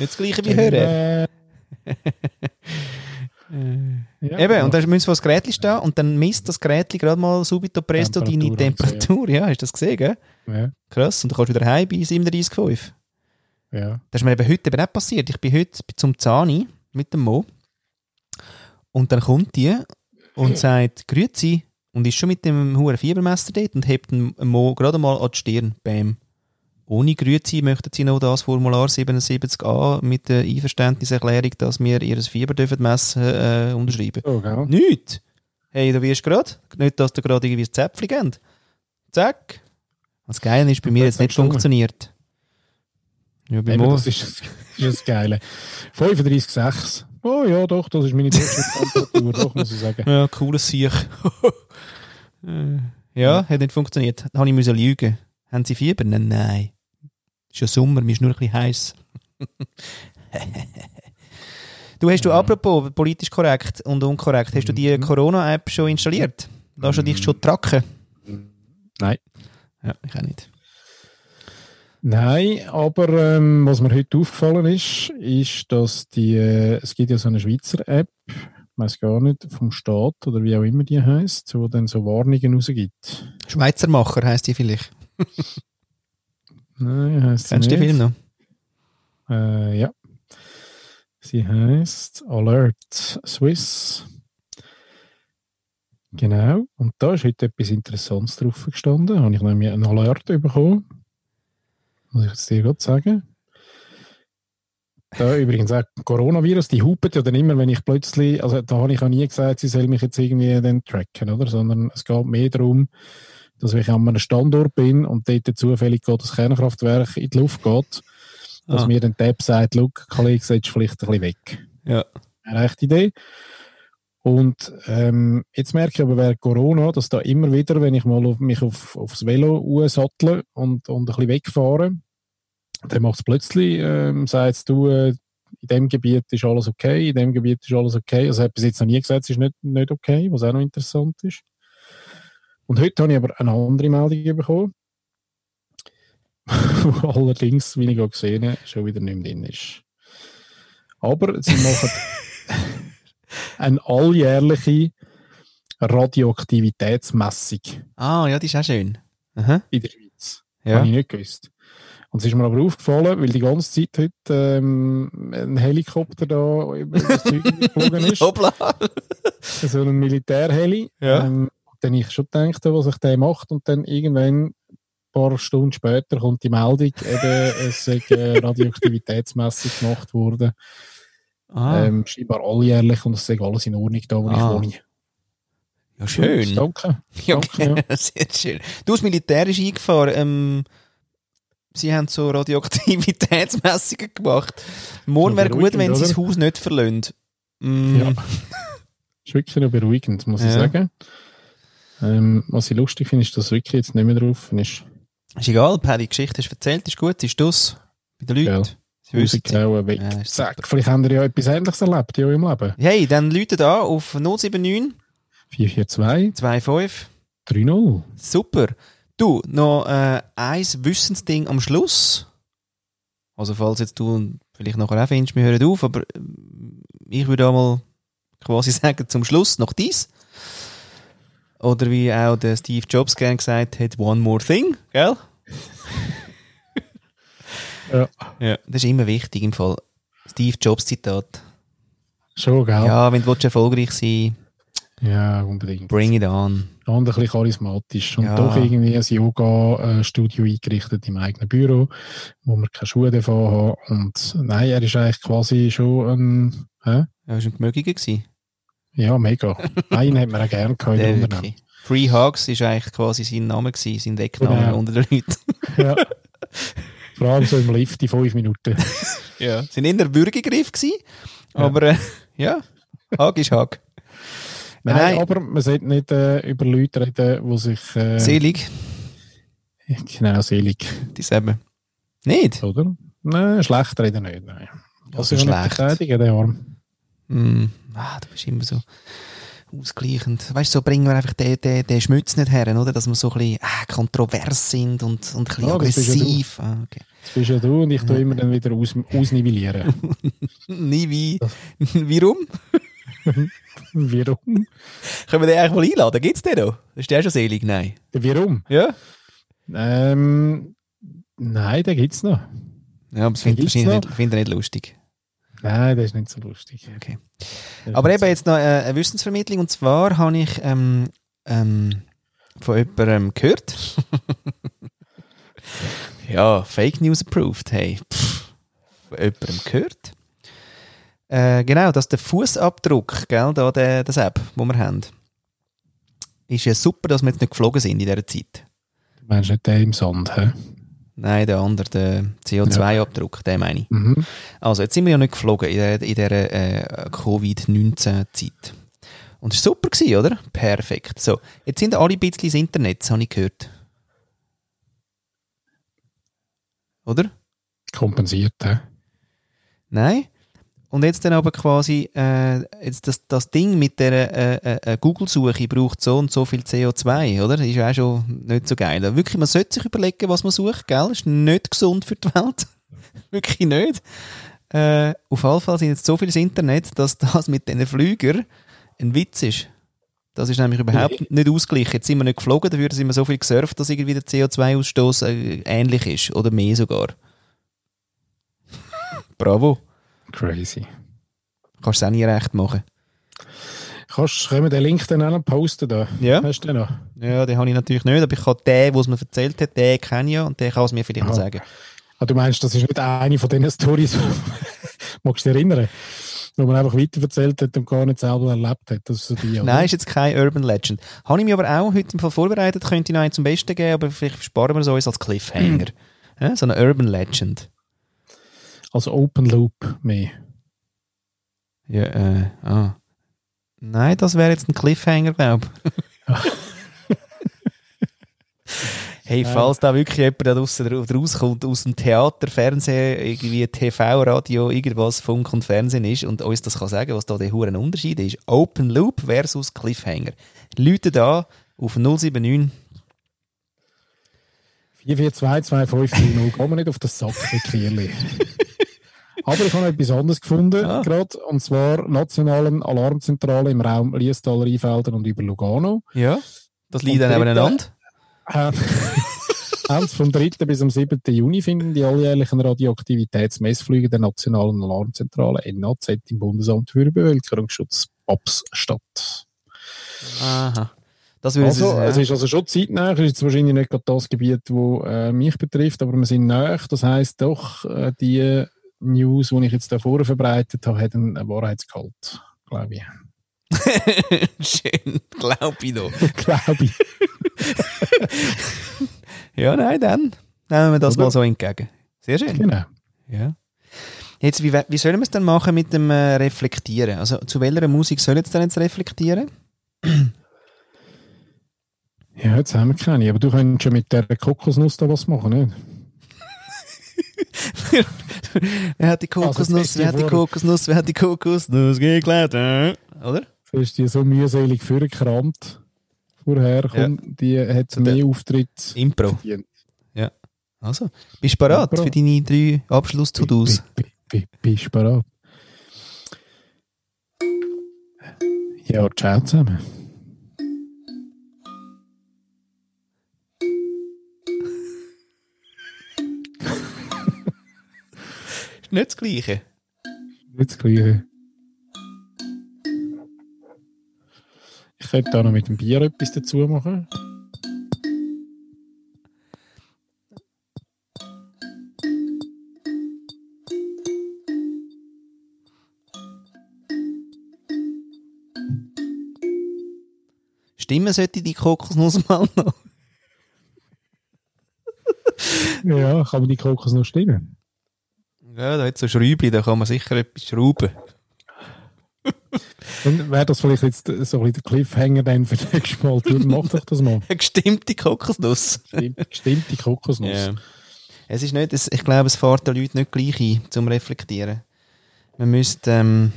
[SPEAKER 1] Nicht das gleiche wie hören. [LAUGHS]
[SPEAKER 2] Äh, ja,
[SPEAKER 1] Eben, und dann müssen sie vor das Gerät stehen und dann misst das Gerät gerade mal subito presto deine
[SPEAKER 2] Temperatur und so,
[SPEAKER 1] Temperatur. Ja, hast du das gesehen, gell?
[SPEAKER 2] ja,
[SPEAKER 1] Krass, und dann kannst du wieder heim bei 37,5.
[SPEAKER 2] ja.
[SPEAKER 1] Das ist mir eben heute eben auch passiert. Ich bin heute zum Zani mit dem Mo. Und dann kommt die [CLEARS THROAT] und sagt «Grüezi» und ist schon mit dem hohen Fiebermesser dort und hebt den Mo gerade mal an die Stirn. Bam. Ohne «Grüezi» möchten sie noch das Formular 77a mit der Einverständniserklärung, dass wir ihr Fieber dürfen messen äh, unterschreiben.
[SPEAKER 2] So, gell?
[SPEAKER 1] Nichts! Hey, du wirst gerade. Nicht, dass du gerade irgendwie das Zäpfchen gehst. Zack. Das Geile ist, bei mir
[SPEAKER 2] Und
[SPEAKER 1] jetzt
[SPEAKER 2] dann
[SPEAKER 1] nicht
[SPEAKER 2] gesungen.
[SPEAKER 1] funktioniert. Ja, bei
[SPEAKER 2] Eben,
[SPEAKER 1] Mo,
[SPEAKER 2] das ist, das ist das Geile. 35,6. Oh ja, doch, das ist meine Durchschnittstemperatur, doch, muss ich sagen.
[SPEAKER 1] ja, cooles Sieg. [LAUGHS] Äh, ja, hat nicht funktioniert. Da habe ich müssen lügen. Haben Sie Fieber? Nein, nein. Ist ja Sommer, mir ist nur ein bisschen heiß. [LAUGHS] du hast du apropos politisch korrekt und unkorrekt, hast du die
[SPEAKER 2] Mhm.
[SPEAKER 1] Corona-App schon installiert? Lass du dich schon tracken?
[SPEAKER 2] Nein.
[SPEAKER 1] Ja, ich auch nicht.
[SPEAKER 2] Nein, aber ähm, was mir heute aufgefallen ist, ist, dass die, äh, es gibt ja so eine Schweizer App, ich weiß gar nicht, vom Staat oder wie auch immer die heißt, wo dann so Warnungen rausgibt.
[SPEAKER 1] Schweizer Macher heisst die vielleicht.
[SPEAKER 2] Nein, heißt
[SPEAKER 1] Kennst du den Film noch?
[SPEAKER 2] Äh, ja. Sie heißt Alert Swiss. Genau. Und da ist heute etwas Interessantes drauf gestanden. Da habe ich nämlich einen Alert bekommen. Muss ich jetzt dir gerade sagen. Da übrigens auch Coronavirus, die hupen ja dann immer, wenn ich plötzlich, also da habe ich auch nie gesagt, sie soll mich jetzt irgendwie dann tracken, oder? Sondern es geht mehr darum, dass wenn ich an einem Standort bin und dort zufällig gerade das Kernkraftwerk in die Luft geht, dass
[SPEAKER 1] Ah.
[SPEAKER 2] mir dann der App sagt, look, Kollege, solltest du vielleicht ein bisschen weg.
[SPEAKER 1] Ja.
[SPEAKER 2] Eine rechte Idee. Und ähm, jetzt merke ich aber während Corona, dass da immer wieder, wenn ich mal auf, mich auf, aufs Velo sattle und, und ein bisschen wegfahre, dann macht es plötzlich, ähm, sagst du, äh, in dem Gebiet ist alles okay, in dem Gebiet ist alles okay. Also hat bis jetzt noch nie gesagt, es ist nicht, nicht okay, was auch noch interessant ist. Und heute habe ich aber eine andere Meldung bekommen, wo [LAUGHS] allerdings, wie ich gerade gesehen habe, schon wieder nicht mehr drin ist. Aber sie machen eine alljährliche Radioaktivitätsmessung
[SPEAKER 1] Ah, ja, die ist auch schön. Aha.
[SPEAKER 2] in der Schweiz.
[SPEAKER 1] Ja.
[SPEAKER 2] Habe ich nicht gewusst. Und es ist mir aber aufgefallen, weil die ganze Zeit heute ähm, ein Helikopter da über das Zeug
[SPEAKER 1] [LAUGHS]
[SPEAKER 2] geflogen
[SPEAKER 1] [LAUGHS]
[SPEAKER 2] ist.
[SPEAKER 1] Hoppla!
[SPEAKER 2] So ein Militärheli.
[SPEAKER 1] Ja.
[SPEAKER 2] Ähm, dann ich schon gedacht, was ich der macht. Und dann irgendwann, ein paar Stunden später, kommt die Meldung, eben, es sei äh, Radioaktivitätsmessung gemacht worden.
[SPEAKER 1] Ah,
[SPEAKER 2] Ähm, scheinbar alljährlich und es sei alles in Ordnung da, wo
[SPEAKER 1] Ah.
[SPEAKER 2] ich wohne.
[SPEAKER 1] ja, schön.
[SPEAKER 2] Danke.
[SPEAKER 1] Ja,
[SPEAKER 2] Danke,
[SPEAKER 1] okay. [LAUGHS] sehr schön. Du, das Militär ist eingefahren. Ähm, sie haben so Radioaktivitätsmessungen gemacht. Morgen
[SPEAKER 2] So
[SPEAKER 1] wäre gut,
[SPEAKER 2] beruhigend,
[SPEAKER 1] wenn sie
[SPEAKER 2] oder?
[SPEAKER 1] das Haus nicht verlönt. Mm,
[SPEAKER 2] Ja. ist wirklich noch beruhigend, muss ich
[SPEAKER 1] Ja.
[SPEAKER 2] sagen. Ähm, was ich lustig finde, ist, dass wirklich jetzt nicht mehr drauf ist.
[SPEAKER 1] Ist egal, Paddy, die Geschichte ist erzählt, ist gut, ist das. Bei den Leuten.
[SPEAKER 2] Gell.
[SPEAKER 1] Sie wissen es.
[SPEAKER 2] Musikhauen weg.
[SPEAKER 1] Ja, ist
[SPEAKER 2] Zack, vielleicht habt ihr ja etwas Ähnliches erlebt in eurem Leben.
[SPEAKER 1] Hey, dann Leute da auf 079
[SPEAKER 2] 442
[SPEAKER 1] 25.
[SPEAKER 2] 30.
[SPEAKER 1] Super. Du, noch äh, ein Wissensding am Schluss. Also falls jetzt du vielleicht nachher auch findest, wir hören auf, aber äh, ich würde auch mal quasi [LAUGHS] sagen, zum Schluss noch dies. Oder wie auch der Steve Jobs gern gesagt hat, one more thing, gell?
[SPEAKER 2] Ja.
[SPEAKER 1] ja. Das ist immer wichtig im Fall. Steve Jobs Zitat.
[SPEAKER 2] Schon, gell?
[SPEAKER 1] Ja,
[SPEAKER 2] Ja,
[SPEAKER 1] wenn du willst erfolgreich sein
[SPEAKER 2] unbedingt.
[SPEAKER 1] bring it on.
[SPEAKER 2] Und ein bisschen charismatisch. Und
[SPEAKER 1] Ja.
[SPEAKER 2] doch irgendwie ein Yoga-Studio eingerichtet im eigenen Büro, wo man keine Schuhe davon haben. Und nein, er ist eigentlich quasi schon ein, hä?
[SPEAKER 1] Ja, das war ein Gemögiger. gewesen.
[SPEAKER 2] ja,
[SPEAKER 1] [LAUGHS]
[SPEAKER 2] mega. Einen hat man auch gerne gehabt
[SPEAKER 1] Der
[SPEAKER 2] in
[SPEAKER 1] wirklich.
[SPEAKER 2] Unternehmen.
[SPEAKER 1] Free Hugs war eigentlich quasi sein Name, gewesen, sein Deckname
[SPEAKER 2] Genau.
[SPEAKER 1] unter den
[SPEAKER 2] [LAUGHS]
[SPEAKER 1] Leuten.
[SPEAKER 2] Ja. Vor allem so im Lift in
[SPEAKER 1] [LAUGHS]
[SPEAKER 2] fünf Minuten.
[SPEAKER 1] Ja. Sind in der Bürgergriff gewesen,
[SPEAKER 2] Ja.
[SPEAKER 1] aber äh, ja, Hag ist Hag.
[SPEAKER 2] Nein,
[SPEAKER 1] Nein.
[SPEAKER 2] aber man sollte nicht äh, über Leute reden, die sich. Äh,
[SPEAKER 1] Selig,
[SPEAKER 2] Genau, selig.
[SPEAKER 1] das eben. Nicht?
[SPEAKER 2] Oder? Nein, schlecht reden nicht. Nein.
[SPEAKER 1] Also
[SPEAKER 2] ich kann nicht
[SPEAKER 1] schlecht.
[SPEAKER 2] verteidigen, den Arm.
[SPEAKER 1] Mm. Ah, du bist immer so ausgleichend. Weißt du, so bringen wir einfach den, den, den Schmutz nicht her, oder? Dass wir so ein bisschen ah, kontrovers sind und, und ein bisschen
[SPEAKER 2] Ja, das bist ja du.
[SPEAKER 1] aggressiv. ah, okay.
[SPEAKER 2] Das bist ja du und ich tue immer dann wieder aus, ausnivellieren.
[SPEAKER 1] [LAUGHS] Nie wie.
[SPEAKER 2] Das-
[SPEAKER 1] [LAUGHS] Warum?
[SPEAKER 2] Warum?
[SPEAKER 1] Können wir den eigentlich mal einladen? Gibt's den noch? Ist der schon selig? Nein.
[SPEAKER 2] Warum?
[SPEAKER 1] Ja?
[SPEAKER 2] Ähm, nein, den gibt es noch.
[SPEAKER 1] Ja, aber das findet
[SPEAKER 2] Gibt's
[SPEAKER 1] wahrscheinlich nicht, findet er nicht lustig.
[SPEAKER 2] Nein, der ist nicht so lustig.
[SPEAKER 1] Okay.
[SPEAKER 2] Der ist
[SPEAKER 1] Aber
[SPEAKER 2] nicht
[SPEAKER 1] eben jetzt noch äh, eine Wissensvermittlung. Und zwar habe ich ähm, ähm, von jemandem gehört. [LAUGHS] ja, Fake News approved. Hey, Pff, von jemandem gehört. Äh, genau, dass der Fußabdruck, gell, da der, das App, wo wir haben, ist ja super, dass wir jetzt nicht geflogen sind in dieser Zeit.
[SPEAKER 2] so. Du meinst nicht den im Sand, hä?
[SPEAKER 1] Nein, der andere, der CO2-Abdruck, den meine ich.
[SPEAKER 2] Mhm.
[SPEAKER 1] Also, jetzt sind wir ja nicht geflogen in der, in der äh, Covid-19-Zeit. Und es war super, gewesen, oder? Perfekt. So, jetzt sind alle ein bisschen ins Internet, habe ich gehört. Oder?
[SPEAKER 2] Kompensiert, hä?
[SPEAKER 1] Nein. Und jetzt dann aber quasi, äh, jetzt das, das Ding mit der äh, äh, äh, Google-Suche braucht so und so viel CO2, oder? Ist ja auch schon nicht so geil. Aber Wirklich, man sollte sich überlegen, was man sucht, gell? Ist nicht gesund für die Welt. [LAUGHS] Wirklich nicht. Äh, auf jeden Fall sind jetzt so viel ins Internet, dass das mit den Flügern ein Witz ist. Das ist nämlich überhaupt nicht ausgeglichen. Jetzt sind wir nicht geflogen, dafür sind wir so viel gesurft, dass irgendwie der CO2-Ausstoß äh, ähnlich ist. Oder mehr sogar. Bravo.
[SPEAKER 2] Crazy.
[SPEAKER 1] Kannst du es auch nie recht machen.
[SPEAKER 2] Kannst, können wir den Link dann auch noch posten da?
[SPEAKER 1] Ja.
[SPEAKER 2] Hast du den noch?
[SPEAKER 1] Ja, den habe ich natürlich nicht, aber ich kann den, den es mir erzählt hat, den kenne ich ja und der kann es mir vielleicht noch
[SPEAKER 2] Aha.
[SPEAKER 1] sagen.
[SPEAKER 2] Ah, du meinst, das ist nicht eine von diesen Stories, [LAUGHS] magst du dich erinnern? Wo man einfach weiterverzählt hat und gar nicht selber erlebt hat. Das ist so die, oder?
[SPEAKER 1] Nein, ist jetzt keine Urban Legend. Habe ich mich aber auch heute im Fall vorbereitet, könnte ich noch einen zum Besten geben, aber vielleicht sparen wir es uns als Cliffhanger. Ja, so eine Urban Legend.
[SPEAKER 2] Also Open Loop mehr.
[SPEAKER 1] Ja, äh, ah. Nein, das wäre jetzt ein Cliffhanger, glaube
[SPEAKER 2] [LAUGHS]
[SPEAKER 1] ich. hey,
[SPEAKER 2] Nein.
[SPEAKER 1] falls da wirklich jemand da draussen dra- rauskommt, aus dem Theater, Fernsehen, irgendwie TV, Radio, irgendwas, Funk und Fernsehen ist und uns das kann sagen, was da der hohe Unterschied ist. Open Loop versus Cliffhanger. Leute da auf 079.
[SPEAKER 2] 442-2530, gehen wir nicht auf den Sack, die Quirli. Aber ich habe noch etwas anderes gefunden,
[SPEAKER 1] Ah.
[SPEAKER 2] gerade, und zwar nationalen Alarmzentrale im Raum Liestal, Rheinfelden und über Lugano.
[SPEAKER 1] Ja. Das liegt
[SPEAKER 2] Und
[SPEAKER 1] dann
[SPEAKER 2] dritte-
[SPEAKER 1] nebeneinander.
[SPEAKER 2] Äh, Haben sie vom 3. bis am 7. Juni finden die alljährlichen Radioaktivitätsmessflüge der Nationalen Alarmzentrale NAZ im Bundesamt für Bevölkerungsschutz BABS statt.
[SPEAKER 1] Aha. Das würde
[SPEAKER 2] Also,
[SPEAKER 1] es,
[SPEAKER 2] es
[SPEAKER 1] ja.
[SPEAKER 2] ist also schon zeitnah, es ist jetzt wahrscheinlich nicht gerade das Gebiet, das äh, mich betrifft, aber wir sind näher. Das heisst doch, äh, die News, die ich jetzt da vorher verbreitet habe, hat einen einen Wahrheitsgehalt, glaube ich.
[SPEAKER 1] äh, [LAUGHS] Schön, glaube ich doch.
[SPEAKER 2] glaube ich.
[SPEAKER 1] Ja, nein, dann nehmen wir das
[SPEAKER 2] Oder?
[SPEAKER 1] mal so entgegen. Sehr schön.
[SPEAKER 2] Genau.
[SPEAKER 1] Ja. Jetzt, wie, we- wie sollen wir es denn machen mit dem äh, Reflektieren? Also, zu welcher Musik soll jetzt denn jetzt reflektieren? [LAUGHS]
[SPEAKER 2] Ja, jetzt haben wir keine, aber du könntest schon mit der Kokosnuss da was machen, nicht?
[SPEAKER 1] Wer hat die
[SPEAKER 2] Also,
[SPEAKER 1] Kokosnuss,
[SPEAKER 2] jetzt
[SPEAKER 1] wer hat die
[SPEAKER 2] vor-
[SPEAKER 1] Kokosnuss, wer hat die Kokosnuss geklärt? äh? Oder?
[SPEAKER 2] Du hast die so mühselig vorgekramt. Vorher kommt, die hat
[SPEAKER 1] So
[SPEAKER 2] mehr Auftritt
[SPEAKER 1] Impro.
[SPEAKER 2] verdient.
[SPEAKER 1] Also, bist du bereit
[SPEAKER 2] Impro.
[SPEAKER 1] für deine drei Abschluss-To-Dos?
[SPEAKER 2] Bi- bi- bi- Bist du bereit? Ja, ciao zusammen.
[SPEAKER 1] Ist Nicht das Gleiche.
[SPEAKER 2] Nicht das Gleiche. Ich könnte da noch mit dem Bier etwas dazu machen.
[SPEAKER 1] Stimmen sollte die Kokosnuss mal noch.
[SPEAKER 2] Ja, kann man die Kokos noch stimmen?
[SPEAKER 1] Ja, da hat so Schräubchen, da kann man sicher etwas [LAUGHS] schrauben.
[SPEAKER 2] Dann wäre das vielleicht jetzt äh, so ein bisschen der Cliffhanger dann für nächstes Mal. Du, Mach doch das mal.
[SPEAKER 1] Eine gestimmte Kokosnuss.
[SPEAKER 2] [LAUGHS] Stimmt, stimmt die Kokosnuss.
[SPEAKER 1] Ja. Es ist nicht, es, ich glaube, es fährt den Leuten nicht gleich ein, zum Reflektieren. Man müsste, ähm,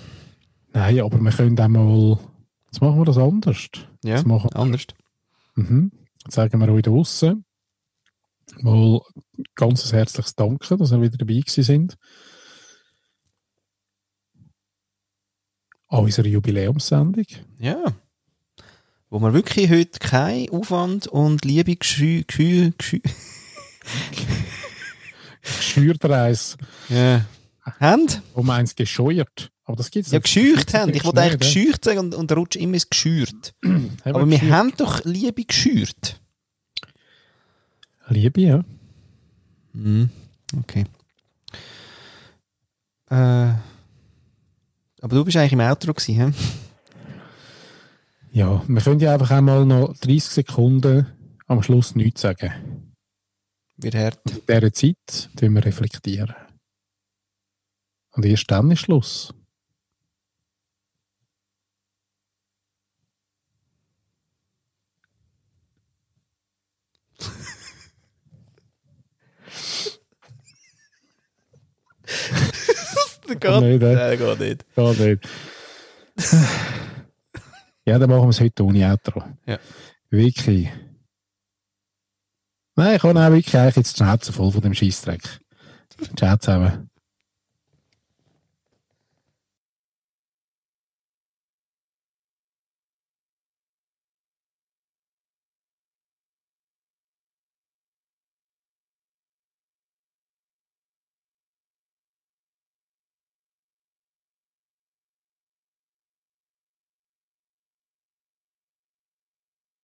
[SPEAKER 2] Nein, aber wir können auch mal. Jetzt machen wir das anders.
[SPEAKER 1] ja,
[SPEAKER 2] Jetzt machen wir,
[SPEAKER 1] anders.
[SPEAKER 2] Mhm. Jetzt sagen wir euch draußen mal ganz ein herzliches Danke, dass ihr wieder dabei gewesen sind. An unserer Jubiläumssendung.
[SPEAKER 1] Ja. Wo man wirklich heute keinen Aufwand und Liebe geschü, geschü, geschü,
[SPEAKER 2] Geschürt Reis.
[SPEAKER 1] ja. haben.
[SPEAKER 2] Um eins gescheuert. Aber das gibt es
[SPEAKER 1] Ja, gescheucht haben. Ich wollte eigentlich
[SPEAKER 2] geschürt.
[SPEAKER 1] gescheucht sagen und, und der rutscht immer ins gescheuert. Aber wir haben doch Liebe gescheuert.
[SPEAKER 2] Liebe, ja.
[SPEAKER 1] Mhm. Okay. Äh, aber du bist eigentlich im Outro gewesen, hä?
[SPEAKER 2] Ja, wir können ja einfach einmal noch 30 Sekunden am Schluss nichts sagen.
[SPEAKER 1] Wird hart.
[SPEAKER 2] Und in dieser Zeit tun wir reflektieren. Und erst dann ist Schluss.
[SPEAKER 1] Der
[SPEAKER 2] geht- [LAUGHS] Nein, der-
[SPEAKER 1] der geht nicht.
[SPEAKER 2] Geht nicht. ja, dann machen wir es heute ohne Outro.
[SPEAKER 1] Ja.
[SPEAKER 2] Wirklich. Nein, ich habe auch wirklich eigentlich jetzt die Schnauze voll von dem Scheissdreck. Ciao zusammen.